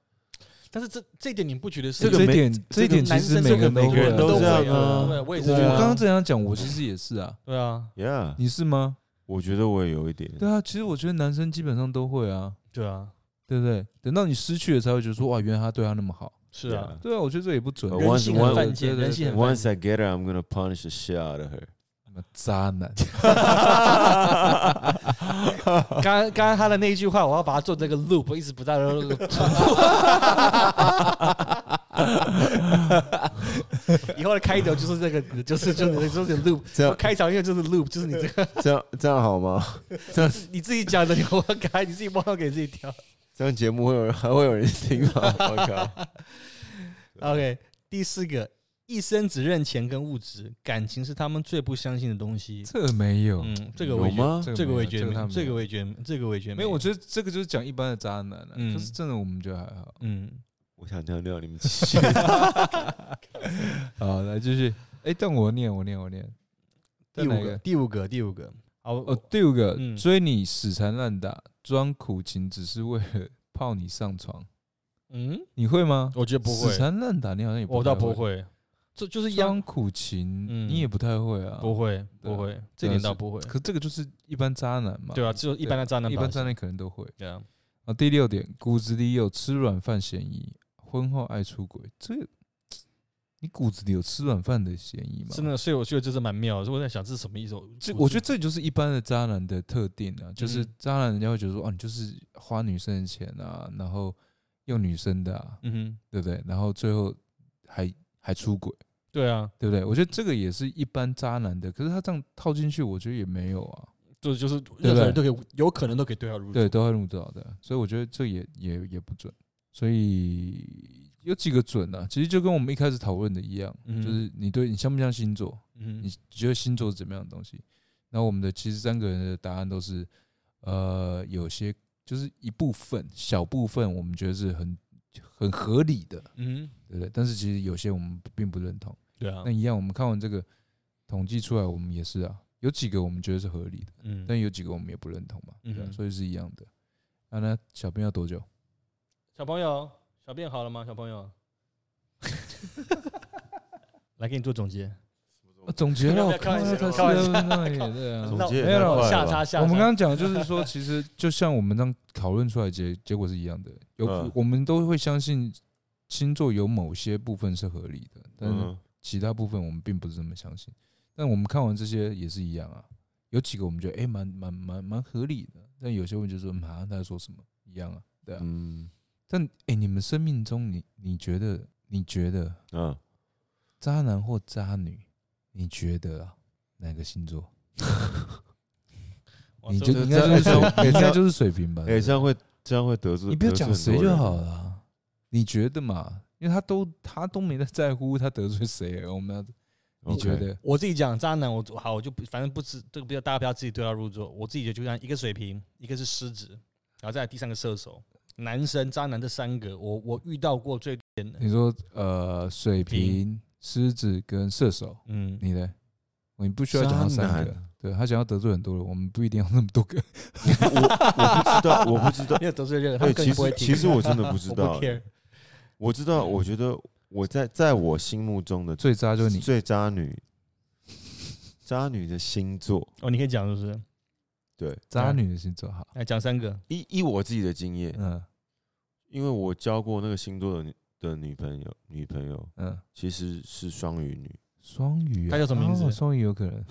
但是这这一点你不觉得是
这
有
一
点
点，这一点其
男
实
生
每
这
个人
每
都
个
会
人
啊。
都
都
会
这样
啊
啊
对，我也是
我
这样。
刚刚这样讲，我其实也是啊。
对啊，
Yeah，
你是吗？
我觉得我也有一点，
对啊，其实我觉得男生基本上都会啊。
对啊，
对不对？等到你失去了，才会觉得说哇，原来他对他那么好。
是啊。
Yeah
对啊，我觉得这也不准。
呃
人
once-
性
one-
很犯贱，
对对
人性很犯
Once
贱。
I get her, I'm gonna punish the shit out of her.
什么渣 男，
刚刚刚他的那一句话，我要把它做这个 loop，一直不断的重复。以后的开头就是这个，就是就是就是 loop，
这样
开场音乐就是 loop，就是你这个
这样这样好吗？
你自己讲的，你我改，你自己忘了给自己调。
这样节目会有人还会有人听吗？我靠，
OK，第四个，一生只认钱跟物质，感情是他们最不相信的东西。
这没有。
嗯，这个
有
我也觉
吗？
得，这个我也觉
没有
得，这
这
个
个
我也觉得，这个我也觉得
没有，我觉得这个就是讲一般的渣男了。
嗯
就是真的，我们觉得还好。
嗯，
我想尿尿，你们继 续。
好，来继续。哎，但我念，我念，我念。
第
再来
五
一
个，
个
第五个，第五个。好，
哦，第五个
嗯，
追你死缠烂打，装苦情，只是为了泡你上床，
嗯，
你会吗？
我觉得不
死
会，
缠烂打，你好像也
我
太
倒不
会。
会，这就是一
装
样，
苦情，
嗯
你也不太会啊。
不会，
对
不
啊
会，这点倒不会，
可这个就是一般渣男嘛。
对啊，只有一般的渣男，
一般渣，男可能都会。
对啊，
啊，第六点，骨子里有吃软饭嫌疑，婚后爱出轨，这你骨子里有吃软饭的嫌疑吗？
真，的，所以我觉得这是蛮妙的，所以我在想这是什么意思，
这我觉得这就是一般的渣男的特定啊，就是
嗯
渣男人家会觉得说，哦，你就是花女生的钱啊，然后用女生的啊，
嗯哼，
对不对？然后最后还还出轨，
对啊，
对不对？我觉得这个也是一般渣男的，可是他这样套进去，我觉得也没有啊，
就就是
对
任何
不
人都可以，有可能都可以对号入座
对，，都会录到的，所以我觉得这也也也不准，所以有几个准啊，其实就跟我们一开始讨论的一样，
嗯
就是你对你相不相信星座，
嗯
你觉得星座是怎么样的东西？那我们的其实三个人的答案都是，呃，有些就是一部分小部分我们觉得是很很合理的，
嗯，
对不对？但是其实有些我们并不认同。
对啊
那，一样，我们看完这个统计出来，我们也是啊，有几个我们觉得是合理的。
嗯，
但有几个我们也不认同嘛，对啊
嗯哼
所以是一样的。啊，那小编要多久？
小朋友，小便好了吗，小朋 友？来给你做总结。
啊总结了，
不
我
要开玩
看
笑
到他
开玩
四分钟也对啊
总
那
结也
没有
太
了
快
下
了吧
叉下
我
叉
们刚刚讲的就是说，其实就像我们这样讨论出来结结果是一样的，有、
嗯
我们都会相信星座有某些部分是合理的，但是
嗯，
其他部分我们并不是这么相信。但我们看完这些也是一样啊，有几个我们觉得哎蛮蛮蛮蛮合理的，但有些问题就是嗯啊他在说什么一样啊，对啊。
嗯
但哎、诶你们生命中你你觉得你觉得
嗯，
渣男或渣女，你觉得啊哪个星座？
哇
你
这
这
就应该就是
这样
水，
这样
应该就是水平吧？
哎，这样会这样会得罪，
你不要讲谁就好
了。
了啊，你觉得嘛？因为他都他都没在在乎他得罪谁了，我们要你
OK
觉？得？
我自己讲渣男，我好我就不反正不知这个不要大家不要自己对号入座，我自己就这样一个水瓶，一个是狮子，然后再来第三个射手，男神渣男这三个，我我遇到过最甜 的，
你说呃，水瓶、狮子跟射手，
嗯，
你呢？你不需要讲到
渣
三个
男，
对他想要得罪很多人，我们不一定要那么多个。
我我不知道，我不知道。
没有得罪任何人，他
哎，
们
其
更不会
实
听。
其实我真的不知
我不
道，
care，
我知道，我觉得我在在我心目中的
最渣就是你，
最渣女，渣女的星座，
哦，你可以讲是不是？
对，
渣女的星座好。
来讲三个，
依依我自己的经验，
嗯
因为我交过那个星座的女的女朋友，女朋友
嗯，
其实是双鱼女，
双鱼啊，
他叫什么名字
哦双鱼有可 能。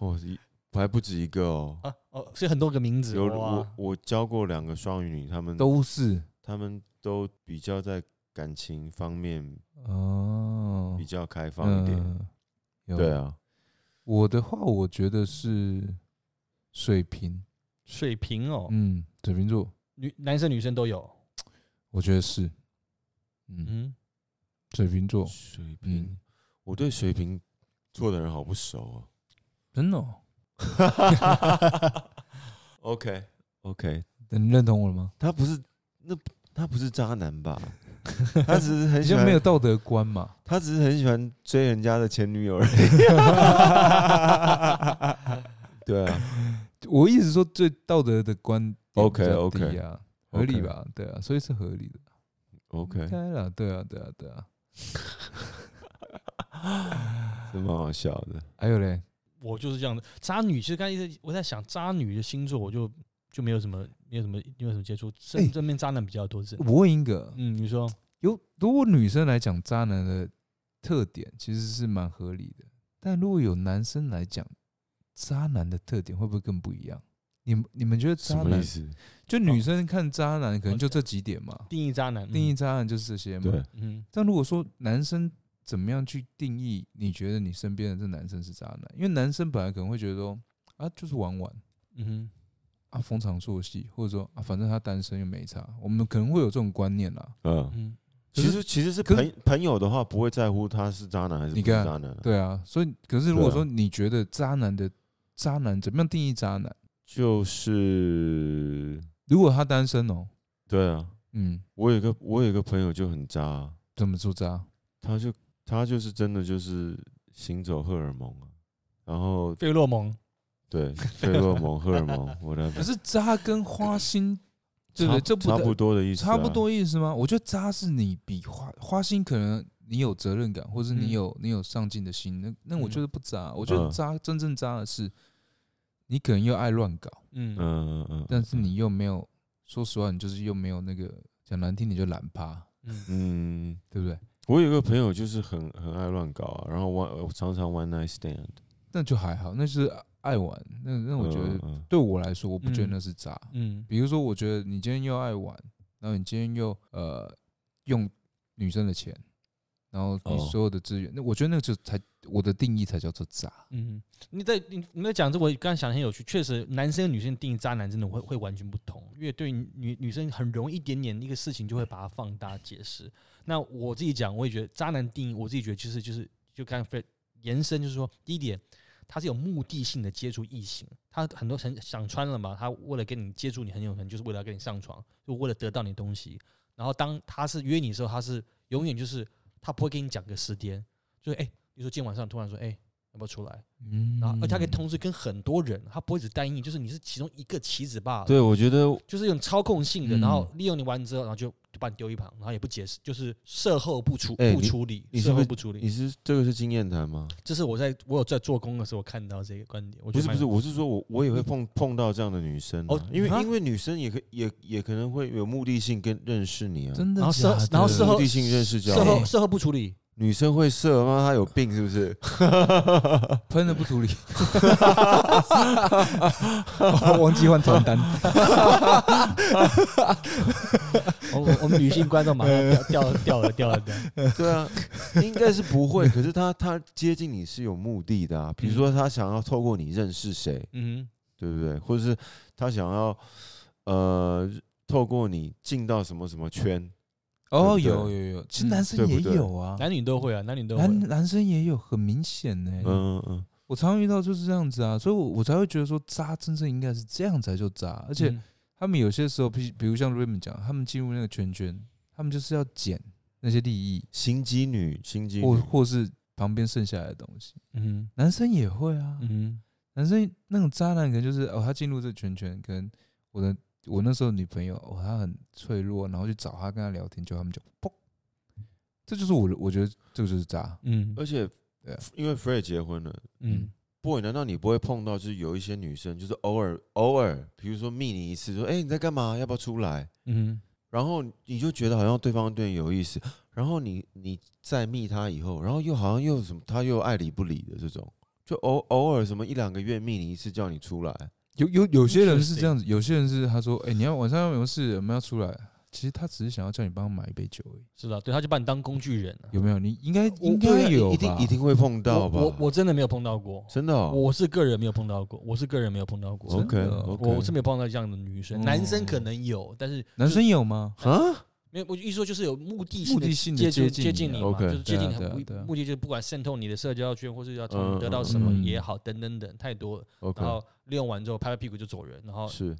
我一还不止一个哦，
啊哦，所以很多个名字
有
哇
我，我交过两个双鱼女，她们
啊都是
她们都比较在感情方面
哦
比，较开放一点，
嗯有
对啊，
我的话，我觉得是水瓶，
水瓶哦，
嗯，水瓶座，
女男生女生都有，
我觉得是，嗯，
嗯，
水瓶座，
水瓶
嗯，，
我对水瓶座的人好不熟哦。
真的、哦，
OK OK，
你认同我了吗？
他不是那他不是渣男吧？他只是很
你
喜
就
欢
没有道德观嘛？
他只是很喜欢追人家的前女友而已。 对啊，
我一直说最道德的观点比较
OK，OK
低啊，合理吧？对啊，所以是合理的，应
，OK，
该啦，对啊，对啊，对啊。
是蛮好笑的。
还有嘞，
我就是这样的。渣女其实刚才一直我在想，渣女的星座我就就没有什么没有什么没有什么接触，
哎
正正面渣男比较多是。
我问一个，
嗯，你说
有如果女生来讲渣男的特点，其实是蛮合理的。但如果有男生来讲，渣男的特点会不会更不一样？你们你们觉得
什
渣
么
男
意思？
就女生看渣男可能就这几点嘛，
定义渣男，嗯
定义，渣男就是这些嘛
对。，
嗯，
但如果说男生怎么样去定义，你觉得你身边的这男生是渣男？因为男生本来可能会觉得说啊，就是玩玩
嗯哼，
啊，逢场作戏，或者说啊，反正他单身又没差，我们可能会有这种观念啦。
嗯，
嗯，
可
其
是
实其实是
可是
朋朋友的话，不会在乎他是渣男还是不
你
是
看
渣男啊，
对啊，所以可是如果
对啊
说你觉得渣男的渣男怎么样定义渣男？
就是
如果他单身哦，
对啊。
嗯，
我有一个我有一个朋友就很渣啊，
怎么做渣？
他就他就是真的就是行走荷尔蒙啊，然后
费洛蒙，
对，费洛蒙、荷尔蒙，我来
可是渣跟花心， 对不对？这不
差
得
不多的意思、啊
差不。多意思吗？我觉得渣是你比花花心可能你有责任感，或是
嗯
你有、你有上进的心，那那我觉得不渣。我觉得
嗯
渣真正渣的是，你可能又爱乱搞，
嗯
嗯嗯嗯。
但是你又没有，说实话，你就是又没有那个讲难听点就懒趴，
嗯，
嗯，
对不对？
我有一个朋友就是很很爱乱搞啊，然后玩我常常玩 night stand。
那就还好，那是爱玩。那那我觉得
嗯嗯
对我来说，我不觉得
嗯
那是渣。
嗯
比如说，我觉得你今天又爱玩，然后你今天又呃用女生的钱，然后你
哦
所有的资源，那我觉得那个就才我的定义才叫做渣。
嗯，你在你你在讲这，我刚才想得很有趣，确实男生跟女生定义渣男真的会会完全不同，因为对于女女生很容易一点点一个事情就会把它放大解释。那我自己讲，我也觉得渣男定义，我自己觉得就是就是就刚才 Fred 延伸，就是说第一点，他是有目的性的接触异性，他很多很想穿了嘛，他为了跟你接触你，很有可能就是为了要跟你上床，就为了得到你的东西。然后当他是约你的时候，他是永远就是他不会跟你讲个十天，就是哎、比如说今天晚上突然说哎、要不要出来？
嗯
然后，而且他可以同时跟很多人，他不会只单一，就是你是其中一个棋子罢了。
对，我觉得
就是有种操控性的，
嗯
然后利用你完之后，然后就就把你丢一旁，然后也不解释，就是事后不处
哎
不
你
处理，
你是
事
不
后
是
不处理
你。是这个是经验谈吗？
这是我在我有在做工的时候看到这个观点，我觉
不
得
是不
蛮
是，我是说我我也会碰碰到这样的女生、啊，
哦
因为
啊
因为女生也可也也可能会有目的性跟认识你啊，
真的
然后事
假
后
的，
然后事后
目的性认识交
事
往
后，事后不处理，
女生会射吗？她有病是不是？
喷了 不处理，忘记换传单，
我我我们女性观众马上 掉掉了掉了掉了掉了。
对啊，应该是不会。可是她她接近你是有目的的啊，比如说她想要透过你认识谁，
嗯
对不对？或者是她想要呃透过你进到什么什么圈，
哦，
对不对
有有有，其实男
对
生
不
也
对
有啊
哼，，男女都会啊，男女都会。
男男生也有，很明显呢、
嗯嗯嗯，
我常遇到就是这样子啊，所以我我才会觉得说渣真正应该是这样才叫渣，而
而
且他们有些时候，比比如像 Raymond 讲，他们进入那个圈圈，他们就是要捡那些利益，
心机女，心机
或
女，
或是旁边剩下来的东西。
嗯
男生也会啊
哼，嗯
男生那种渣男可能就是哦，他进入这个圈圈，可能我的我那时候女朋友哦，她很脆弱，然后去找他跟他聊天，就他们就砰，这就是我的，我觉得这个就是渣。
嗯
而且
对啊
因为 Fred 结婚了。
嗯
boy，难道你不会碰到就是有一些女生，就是偶尔偶尔，比如说密你一次，说哎、诶你在干嘛，要不要出来？
嗯
然后你就觉得好像对方对你有意思，然后你你再密他以后，然后又好像又什么，他又爱理不理的这种，就偶偶尔什么一两个月密你一次，叫你出来，
有有有些人是这样子，有些人是他说，哎、你要晚上要有没有事，我们要出来。其实他只是想要叫你帮他买一杯酒而已，
是的，对，他就把你当工具人了。
有没有？你应该
我
应该有吧
一定一定会碰到
我
吧？
我我真的没有碰到过，
真的、哦、
我是个人没有碰到过，我是个人没有碰到过。
OK
真的哦
OK，
我是没有碰到这样的女生，
哦
男生可能有，但是
男生有吗？
啊，
没有。我意思说就是有目的
目
的
的性的
接触
接近
接
你
近你嘛，
OK
就是接近你
对啊对啊
目
对啊
目的就是不管渗透你的社交圈，或是要从
嗯
你得到什么
嗯嗯
也好，等等等，太多了。
OK
然后利用完之后拍拍屁股就走人，然后
是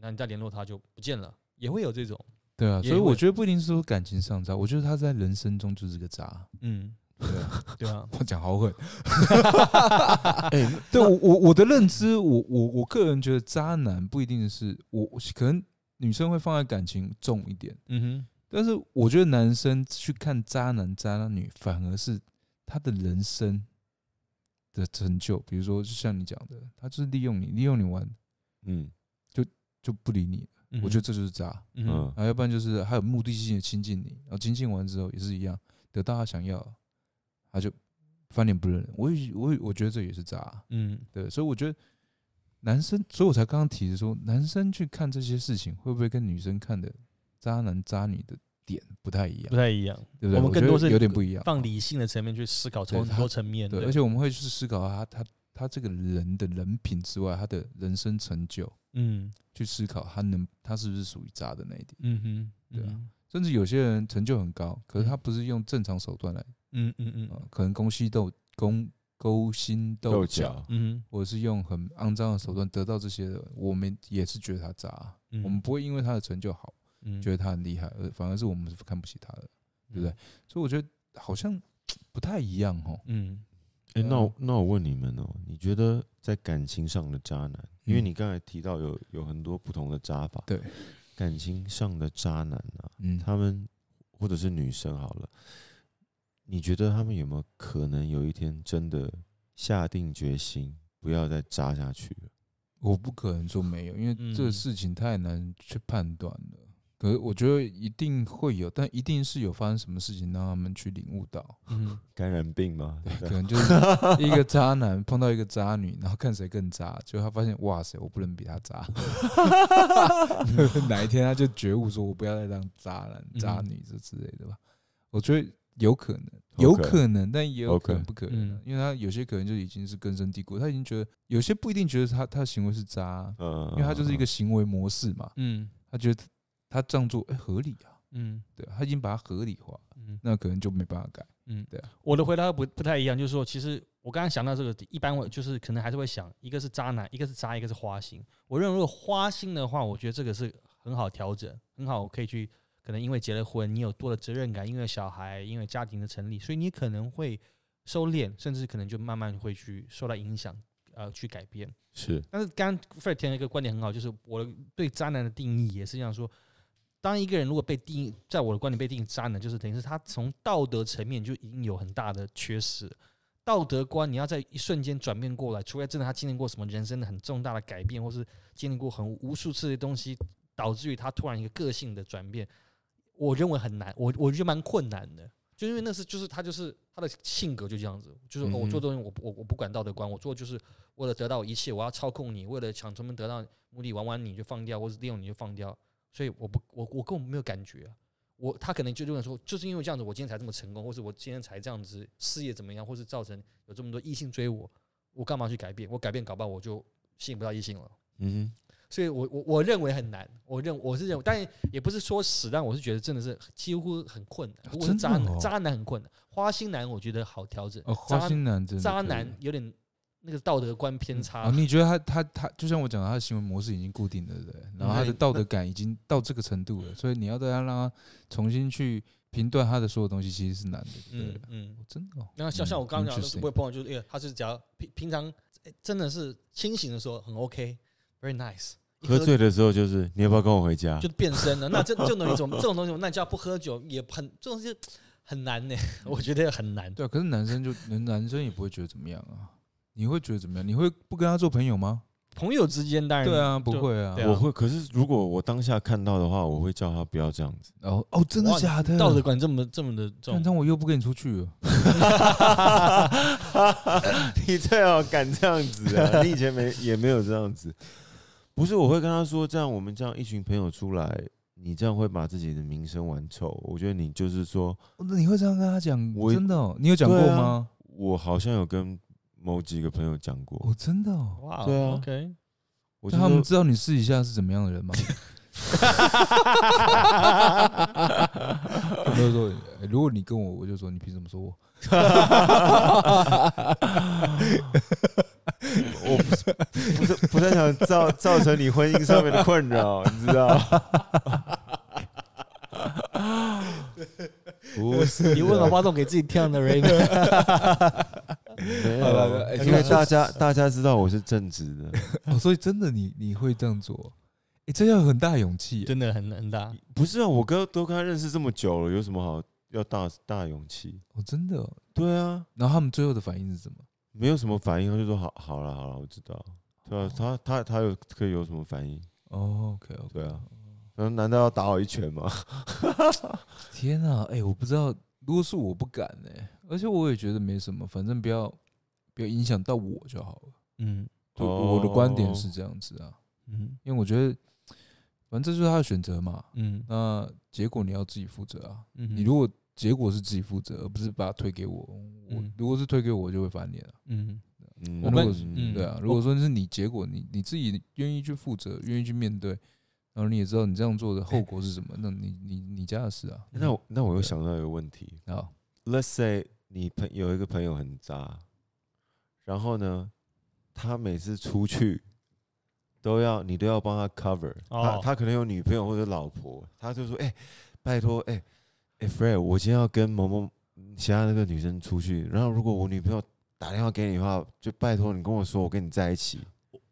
那你再联络他就不见了，也会有这种。
对啊，
也
所以我
会
觉得不一定是说感情上渣，我觉得他在人生中就是个渣。
嗯，
对啊，
对啊，
我讲好狠。
哎、
对我我我的认知，我我我个人觉得渣男不一定是我，我可能女生会放在感情重一点，
嗯
但是我觉得男生去看渣男渣女，反而是他的人生的成就。比如说，就像你讲的，他就是利用你，利用你完
嗯
就不理你，
哼，
我觉得这就是渣。
嗯哼
嗯
然后要不然就是他有目的性的亲近你，然后亲近完之后也是一样，得到他想要的，他就翻脸不认人。我也我也我觉得这也是渣、啊
嗯
对，所以我觉得男生，所以我才刚刚提的说，男生去看这些事情，会不会跟女生看的渣男渣女的点不太一样
不？太一样，
对不对？
我们更多
觉得
是
有点不一样，
放理性的层面去思考，
对
从很
他
多层面。
对，而且我们会去思考他他他这个人的人品之外，他的人生成就，
嗯
去思考他能他是不是属于渣的那一点。
嗯哼，
对啊
嗯
甚至有些人成就很高，可是他
嗯
不是用正常手段来，
嗯嗯嗯
啊，可能勾心斗勾勾心斗
豆
角
角，，
嗯
或者是用很肮脏的手段得到这些的，我们也是觉得他渣啊、
嗯，
我们不会因为他的成就好，
嗯
觉得他很厉害，而反而是我们是看不起他的，对不对？？所以我觉得好像不太一样哦。
嗯
哎、那我
呃
那我问你们哦、你觉得在感情上的渣男，因为
嗯
你刚才提到有有很多不同的渣法，
对，
感情上的渣男啊，
嗯，
他们或者是女生好了，你觉得他们有没有可能有一天真的下定决心不要再渣下去了？
我不可能说没有，因为这个
嗯
事情太难去判断了。可是我觉得一定会有，但一定是有发生什么事情让他们去领悟到。
嗯
感染病吗？
对，
对
可
啊
能就是一个渣男碰到一个渣女，然后看谁更渣，结果他发现，哇塞，我不能比他渣。 哪一天他就觉悟说，我不要再当渣男、渣女这之类的吧？我觉得有可能，有
OK
可能，但也有可能
OK
不可能啊
嗯，
因为他有些可能就已经是根深蒂固，他已经觉得有些不一定觉得他他的行为是渣啊，
嗯，
因为他就是一个行为模式嘛，
嗯
他觉得他这样做哎、合理啊，
嗯
对啊，他已经把它合理化，
嗯
那可能就没办法改。
嗯，
对啊。
我的回答不不太一样，就是说，其实我刚刚想到这个，一般我就是可能还是会想，一个是渣男，一个是渣，一个是花心。我认为如果花心的话，我觉得这个是很好调整，很好可以去。可能因为结了婚，你有多的责任感，因为有小孩，因为家庭的成立，所以你可能会收敛，甚至可能就慢慢会去受到影响，呃，去改变。
是
但是刚刚 Fred 提了一个观点很好，就是我对渣男的定义也是这样说：，当一个人如果被定义，在我的观点被定义渣男，就是等于是他从道德层面就已经有很大的缺失。道德观你要在一瞬间转变过来，除非真的他经历过什么人生的很重大的改变，或是经历过很无数次的东西，导致于他突然一个个性的转变，我认为很难，我我觉得蛮困难的。就因为那是就是他就是他的性格就这样子，就是、哦我
嗯哼
做东西我不我我不管道德观，我做就是为了得到一切，我要操控你，为了想从中得到目的，玩完你就放掉，或者利用你就放掉，所以我不我我根本没有感觉啊、我他可能就认为说，就是因为这样子，我今天才这么成功，或是我今天才这样子事业怎么样，或是造成有这么多异性追我，我干嘛去改变？我改变搞不好我就吸引不到异性了。
嗯
所以我我我认为很难，我认我是认为，但也不是说死，但我是觉得真的是几乎很困难。如果是
真的
渣男，
哦
渣男很困难，花心男我觉得好调整，
哦，花心男真的
渣
可以
男有点那个道德观偏差。
哦，你觉得他他他，就像我讲的，他的行为模式已经固定了，对不对？然后他的道德感已经到这个程度了，所以你要再让他重新去评断他的所有东西，其实是难的，对不
嗯
对？
嗯
哦，真的、哦。
然后像
嗯
像我刚刚讲的，
interesting
我有朋友就是，哎，他是只要平平常哎真的是清醒的时候很 OK，very nice，一
哼，喝醉的时候就是你要不要跟我回家
就？变身了。那这这种东西 怎么这种东西，那你就要不喝酒也很这种东西很难呢， 我觉得很难。
对啊，可是男生就男男生也不会觉得怎么样啊。你会觉得怎么样？你会不跟他做朋友吗？
朋友之间当然
对啊，不会啊
哎对。啊
我会，可是如果我当下看到的话，我会叫他不要这样子。
然后哦，真的
哇
假的？
道德观这么这么的重
看，但我又不跟你出去了。
你最好敢这样子啊！你以前没也没有这样子。不是，我会跟他说，这样我们这样一群朋友出来，你这样会把自己的名声玩臭。我觉得你就是说，
哦那你会这样跟他讲？
我
真的哦？你有讲过
对啊
吗？
我好像有跟某几个朋友讲过，
啊
哦，真的哦。
哇
对啊
，OK，
我就
那他们
说
知道你私底下是怎么样的 人吗？他们就说、欸如果你跟我，我就说你凭什么说我？
我不是不是不太想造造成你婚姻上面的困扰，你知道？不是，
你为什么挖洞给自己跳的 Raymond？
没
好了哎
有，因为大家大家知道我是正直的，
哦，所以真的你你会这样做？哎、这要很大勇气耶。
真的很很大，
不是啊，我哥都跟他认识这么久了，有什么好要大大勇气？
哦，真的哦、
对啊，
然后他们最后的反应是什么？
没有什么反应，他就说好好了好了，我知道。对啊，他他他有可以有什么反应？
哦，OK OK。
对啊，嗯难道要打我一拳吗？
天啊，哎、我不知道，如果是我不敢哎、而且我也觉得没什么，反正不要不要影响到我就好了。
嗯
对，我的观点
哦
是这样子啊，
嗯
因为我觉得，反正这就是他的选择嘛。
嗯
那结果你要自己负责啊。
嗯，
你如果结果是自己负责，而不是把它推给我，我
嗯
如果是推给我，我就会翻脸了。
嗯
嗯
我
如
们
果是
嗯
对啊，
我
如果说是你结果，你你自己愿意去负责，愿意去面对，然后你也知道你这样做的后果是什么，那你你你家的事啊。
那我那我又想到一个问题，
好，
let's say 你朋有一个朋友很渣，然后呢，他每次出去都要你都要帮他 cover，、
哦
他他可能有女朋友或者老婆，他就说，哎、拜托，哎、哎、f r e d 我今天要跟某某其他那个女生出去，然后如果我女朋友打电话给你的话，就拜托你跟我说，我跟你在一起，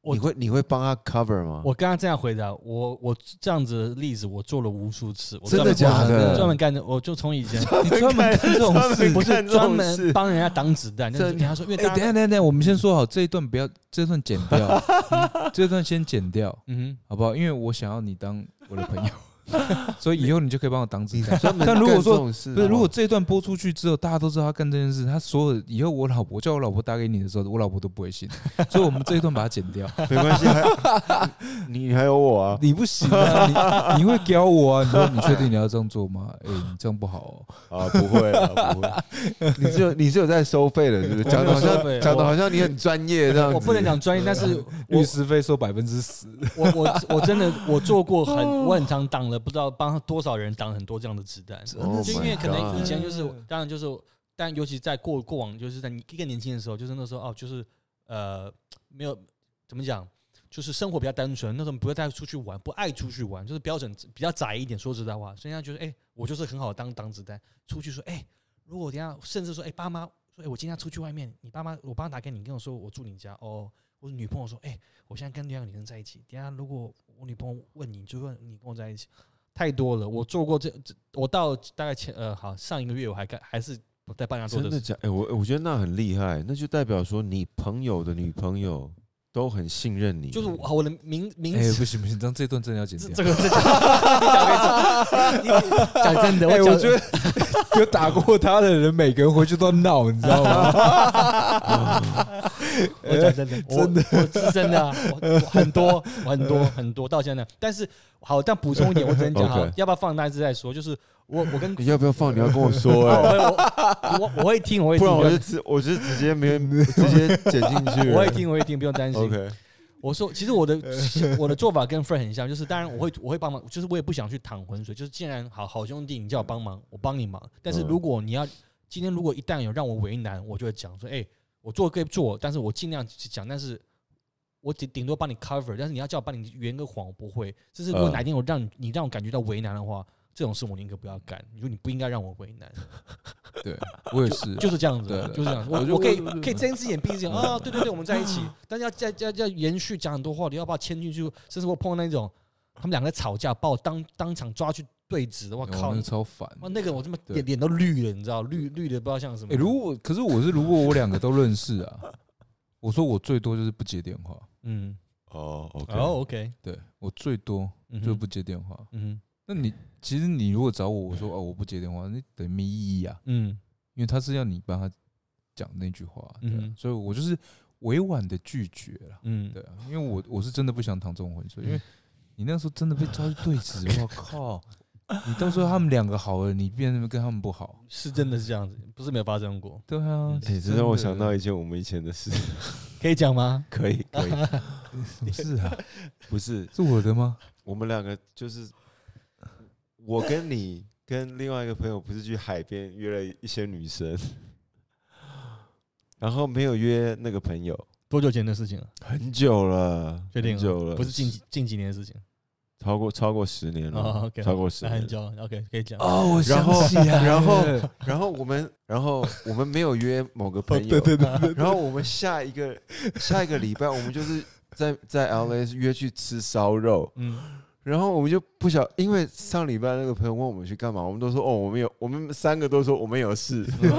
我
你会你会帮他 cover 吗？
我刚刚这样回答，我我这样子的例子我做了无数次，我
真的
专门
假的
专门干的，我就从以前
你专门干这 种
专门
事？
不
干
是
这种
专门
事
帮人家挡子弹，就是
真
跟他说，因为
哎、
大
等一
家
下等一下等一下，我们先说好这一段不要，这段剪掉，嗯这段先剪掉，
嗯
好不好？因为我想要你当我的朋友， 所以以后你就可以帮我挡子
你
弹。
专门
但如果
干这
说
种事
不是，
好
如果
好
这一段播出去之后，大家都知道他干这件事，他所有以后我老婆叫我老婆打给你的时候，我老婆都不会 信，所以我们这一段把它剪掉。
没关系，还 你你还有我啊，
你不行啊，你你 会教我啊？你说你确定你要这样做 吗？哎、你这样不好哦。
啊，不会啊，不会。
你是有你是有在收费的，是不是？讲的好
收
像
费
讲的好像你很专业这样
哼，
子。
我不能讲专业，但 是我
律师费收百分之十，
我我我真的我做过很我很常挡了，不知道帮多少人挡很多这样的子弹，
Oh
就因为
my
可能以前
God
就是，当然就是，但尤其在过过往，就是在你更年轻的时候，就是那时候哦，就是呃，没有怎么讲，就是生活比较单纯，那时候不会带出去玩，不爱出去玩，就是标准比较窄一点。说实在话，所以他觉得，哎、我就是很好当挡子弹，出去说，哎、如果等一下甚至说，哎、爸妈说：“哎、我今天要出去外面，你爸妈，我爸妈打给你，跟我说我住你家哦。”我女朋友说：“哎、我现在跟另外一个女生在一起，等一下如果我女朋友问你，就问你跟我在一起。”太多了，我做过这这，我到大概前呃，好上一个月我还干，还是不在帮人家做
真
这
的
事。
假？哎、我我觉得那很厉害，那就代表说你朋友的女朋友都很信任你，
就是我我的名名
哎、
字
不行不行，这样这段真的要剪
这
掉。
这个这讲你讲没错，你讲真的，
哎、
我讲
我觉得 有打过他的人，每个人回去都闹，你知道吗？
我讲 真的，我
真的，
我是真的啊，我我很多我很多很多到现在，但是好，但补充一点，我只能讲好
OK，
要不要放大字再说？就是我我跟
要不要放？你要跟我说、哎，
我我我会听，我会
不
听，
然
不用
我就直我就直接 没有直接剪进去了。
我会听，我会听，不用担心。
OK，
我说，其实我的
呃
我的做法跟 Fred 很像，就是当然我会我会帮忙，就是我也不想去淌浑水，就是既然好好兄弟你叫我帮忙，我帮你忙。但是
嗯
如果你要今天如果一旦有让我为难，我就会讲说，哎、我做可以做，但是我尽量去讲，但是我顶顶多帮你 cover，但是你要叫我帮你圆个谎，我不会。就是如果
嗯
哪天我让你你让我感觉到为难的话，这种事我宁可不要干。你说你不应该让我为难，
对，我也是，啊
就是这样子啊
对，对啊
就是这样子。
我
我
就
我可以
我就
可以睁一只眼闭一只 眼啊，对对对，我们在一起。但是要再要要延续讲很多话，你要把它牵进去，甚至我碰到那种他们两个在吵架，把我当当场抓去对峙的，我
我
靠
靠，哦那，个超烦。
哇那个我他妈
对
脸脸都绿了，你知道，绿绿的不知道像什么。
哎、如果可是我是如果我两个都认识啊，我说我最多就是不接电话，
嗯，
哦，OK，
哦，OK，
对我最多
嗯
就
哼
不接电话。
嗯
那你其实你如果找我，我说哦我不接电话，那等于没意义啊，
哼嗯
因为他是要你帮他讲那句话、对啊
嗯哼
所以我就是委婉的拒绝了，
嗯，
对啊，因为我我是真的不想淌这种浑水，因为你那时候真的被抓去对峙，我靠，你到时候他们两个好了，你变成跟他们不好，
是真的是这样子，不是没有发生 过，
对啊，
哎、这让我想到一件我们以前的事，
可以讲吗？
可以可以，
什么事啊？
不是
是我的吗？
我们两个就是我跟你跟另外一个朋友，不是去海边约了一些女生，然后没有约那个朋友
多久前的事情了？
很久了，
确定啊哦
很久了，
不是近几近几年的事情，
超过超过十年了，
哦，OK，
超过十
那
年
很久了，OK，可以讲。
哦，我
然后
想起来
然后
了
然后我们，然后我们没有约某个
哦
朋友，
对对
对然后我们下一个下一个礼拜，我们就是在在 L A 约去吃烧肉，
嗯，
然后我们就不晓，因为上礼拜那个朋友问我们去干嘛，我们都说哦，我们有，我们三个都说我们有 事，
知嗯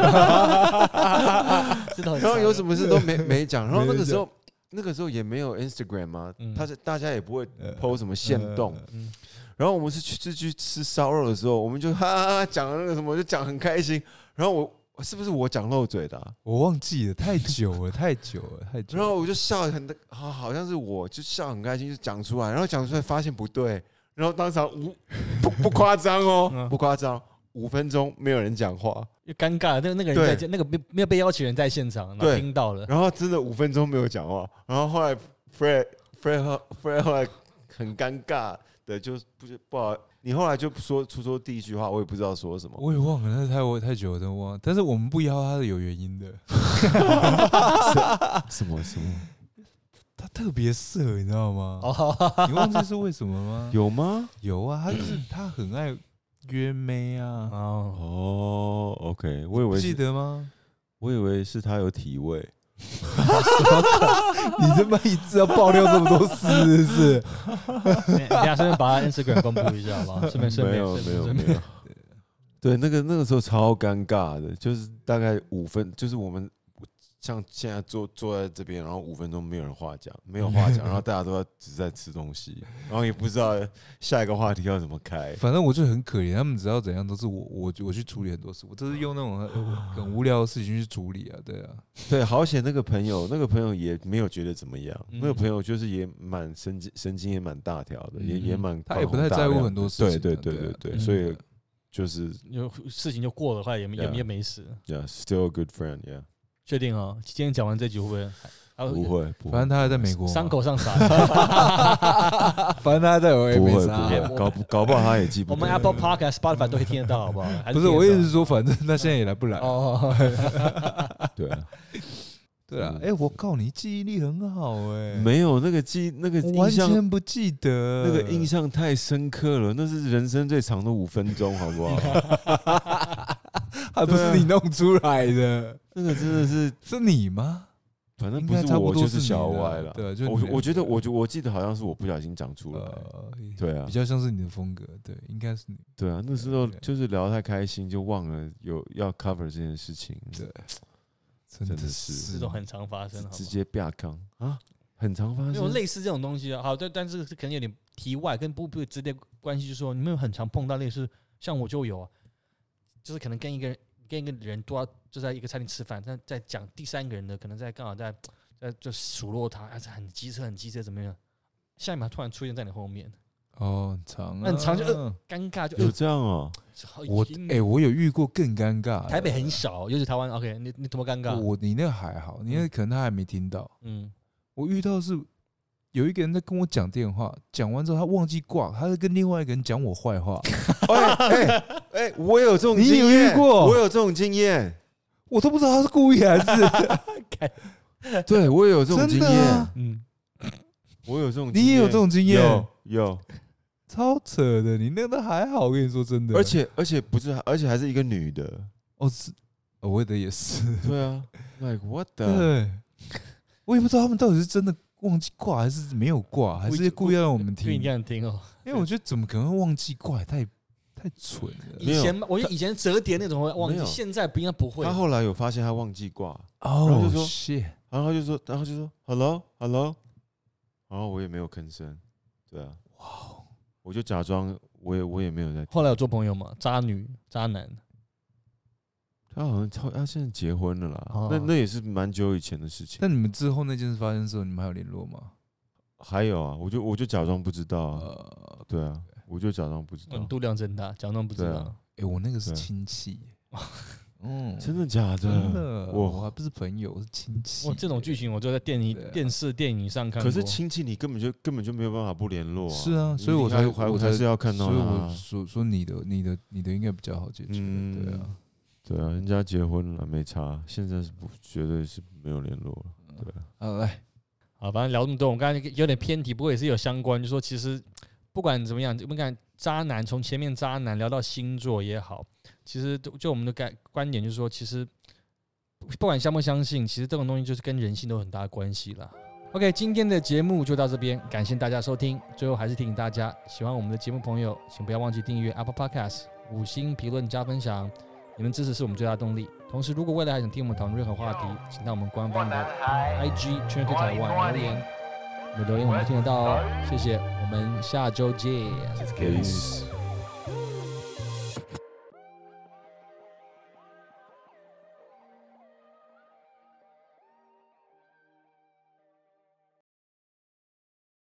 道。
然后有什么事都没没讲，然后那
没
个
得
时候那个时候也没有 Instagram 嘛
嗯，
他是大家也不会
呃
PO 什么限动，
嗯
然后我们是去是去吃烧肉的时候，我们就哈哈哈讲了那个什么，就讲很开心，然后我。是不是我讲漏嘴的啊、
我忘记了，太久了，太久了，太久
然
了。
后我就笑得很好，好像是我就笑得很开心，就讲出来，然后讲出来发现不对，然后当场五不不夸张哦
嗯，
不夸张，五分钟没有人讲话，
又尴尬了，那个那个人
对
在现那个没没有被邀请人在现场，然后
对
听到了，
然后真的五分钟没有讲话，然后后来 Fred Fred 后 Fred 后来很尴尬的，就不是不好，你后来就说出说第一句话，我也不知道说什么，
我也忘了，那太我太久了，真的忘了。但是我们不邀他是有原因的，
啊
什么什么
他特别色，你知道吗？
哦，
你忘记是为什么 吗？
有吗？
有啊，他就是他很爱约妹啊，
哦，
哦，OK，我以为
记得吗？
我以为是他有体味，
你他妈一次要爆料这么多事，是不是？
等一下顺便把他 Instagram 公布一下，好不 好？顺便顺
没
便
有
顺
没
便
有
顺
没
便
有。对，那个那个时候超尴尬的，就是大概五分，就是我们像现在坐坐在这边，然后五分钟没有人话讲，没有话讲，然后大家都在只在吃东西，然后也不知道下一个话题要怎么开。
反正我就很可怜，他们只要怎样都是我我我去处理很多事，我都是用那种很 很无聊的事情去处理啊，对啊，
对，好险那个朋友，那个朋友也没有觉得怎么样，
嗯
那个朋友就是也蛮神经神经也蛮大条的，也也
嗯
蛮
他也
宽
不
宏
太
大
在乎
量
很
的
多事情啊
对
对
对
啊
对对
嗯
对，所以就是
有事情就过了，后来也没也
Yeah
也没事，
yeah，still a good friend，yeah，
确定哦。今天讲完这集会不会还？还有
不会，不会
哦反正他还在美国嘛，
伤口上撒。
反正他在我也
不
没啊
会
啥
不
哎
会，
我
搞不搞不好他也记不
我
得。
们 Apple Podcast、Spotify 都会听得到，好不好？还
不是，我意
听
思
得
是说，反正他现在也来不来
到。 哦，
对啊，
对啊，
嗯
哎、我靠，你记忆力很好哎、
没有那个记那个
我完
印象，
全不记得
那个印。 象太深刻了，那是人生 最 长的五分钟，好不好？
啊还不是你弄出来的，
这个真的是，
是你吗？
反正
应
不
该
是
差不
我
多
就是
你
小
的
歪了。
对啊就
我
你
我觉得
两个
我就我记得好像是我不小心讲出来。
呃，
对啊
比，较像是你的风格，对，应该是你。
对啊，那时候
对
就是聊得太开心，就忘了有要 cover 这件事情，
对真
真
的
的
是
是
这种很常发生，好
直
吗？
接啪康啊，很常发
没有
生。
类似这种东西啊。好，对，但是可能有点题外，跟不不直接关系，就是说你们有很常碰到类似，像我就有啊，就是可能跟一个人跟一个人多就在一个餐厅吃饭，但在讲第三个人的，可能在刚好在在就数落他，还是很机车，很机车，怎么样？下一秒突然出现在你后面，
哦，很长、啊，
很长就尴尬就
有这样哦、
呃
我
已经
哎、我有遇过更尴尬
哎
的。
台北很小，尤其台湾，OK，你你多么尴尬？
我你那个还好，你那个可能他还没听到。
嗯，
我遇到是有一个人在跟我讲电话，讲完之后他忘记挂，他在跟另外一个人讲我坏话。
哎哎哎，我有这种
你
经
有遇
验，
过
我有这种经验，
我都不知道他是故意还是
对我也有这种
真
经
的
验
啊，，
嗯，
我有这种经验，
你也有这种经验，
有
超扯的。你那个都还好，我跟你说真的。
有，而且而且不是，而且还是一个女的，
哦是，哦我的也是，
对啊，like what the，
对，我也不知道他们到底是真的忘记挂还是没有挂，还
我已
是
经
故意要让我们
听
听
你这。样听哦。
因为我觉得怎么可能会忘记挂，也太太蠢 了。
没
以
有
前我觉得以前折叠那种会忘
没
记，
有
现在不应该不会。
她后来有发现她忘记挂，然后
哦
就说
谢，
然后她就说，然后就说 hello hello，然后我也没有吭声，对啊，哇，我就假装我也我也没有在，
后来有做朋友嘛？渣女、渣男，
她好像超她现在结婚了啦
啊
哦，
那那也是蛮久以前的事情，
那你们之后那件事发生之后，你们还有联络吗？
还有啊，我就我就假装不知道啊，
呃，
对啊，我就假装不知
嗯，
道，
度量真大，假装不知
对
道
啊。
哎，我那个是
对
亲戚耶，嗯，
真的假的？
真的，我还
我。
不是朋友，我是亲戚
哇，
耶。
这种剧情我就在电影
对啊、
电视、电影上看
可
过。
是亲戚，你根本就根本就没有办法不联络啊。
是啊，
你
所以我
应
才
该还
我
我
才
还是要看到
所以我
他。啊
说说你的、你的、你的应该比较好解决，
嗯
对啊，
对啊，人家结婚了没差，现在是不绝对是没有联络了。对啊，
啊，来，
啊，反正聊这么多，我们刚才有点偏题，不过也是有相关，就说其实不管怎么样，我们看渣男，从前面渣男聊到星座也好，其实就就我们的感观点就是说，其实不不管相不相信，其实这种东西就是跟人性都有很大的关系啦。OK，今天的节目就到这边，感谢大家收听。最后还是提醒大家，喜欢我们的节目朋友，请不要忘记订阅 Apple Podcast、五星评论加分享，你们支持是我们最大的动力。同时，如果未来还想听我们讨论任何话题，请到我们官方的 IG 圈圈台湾留言，你的留言我们听得到哦。谢谢，我们下周见。
Peace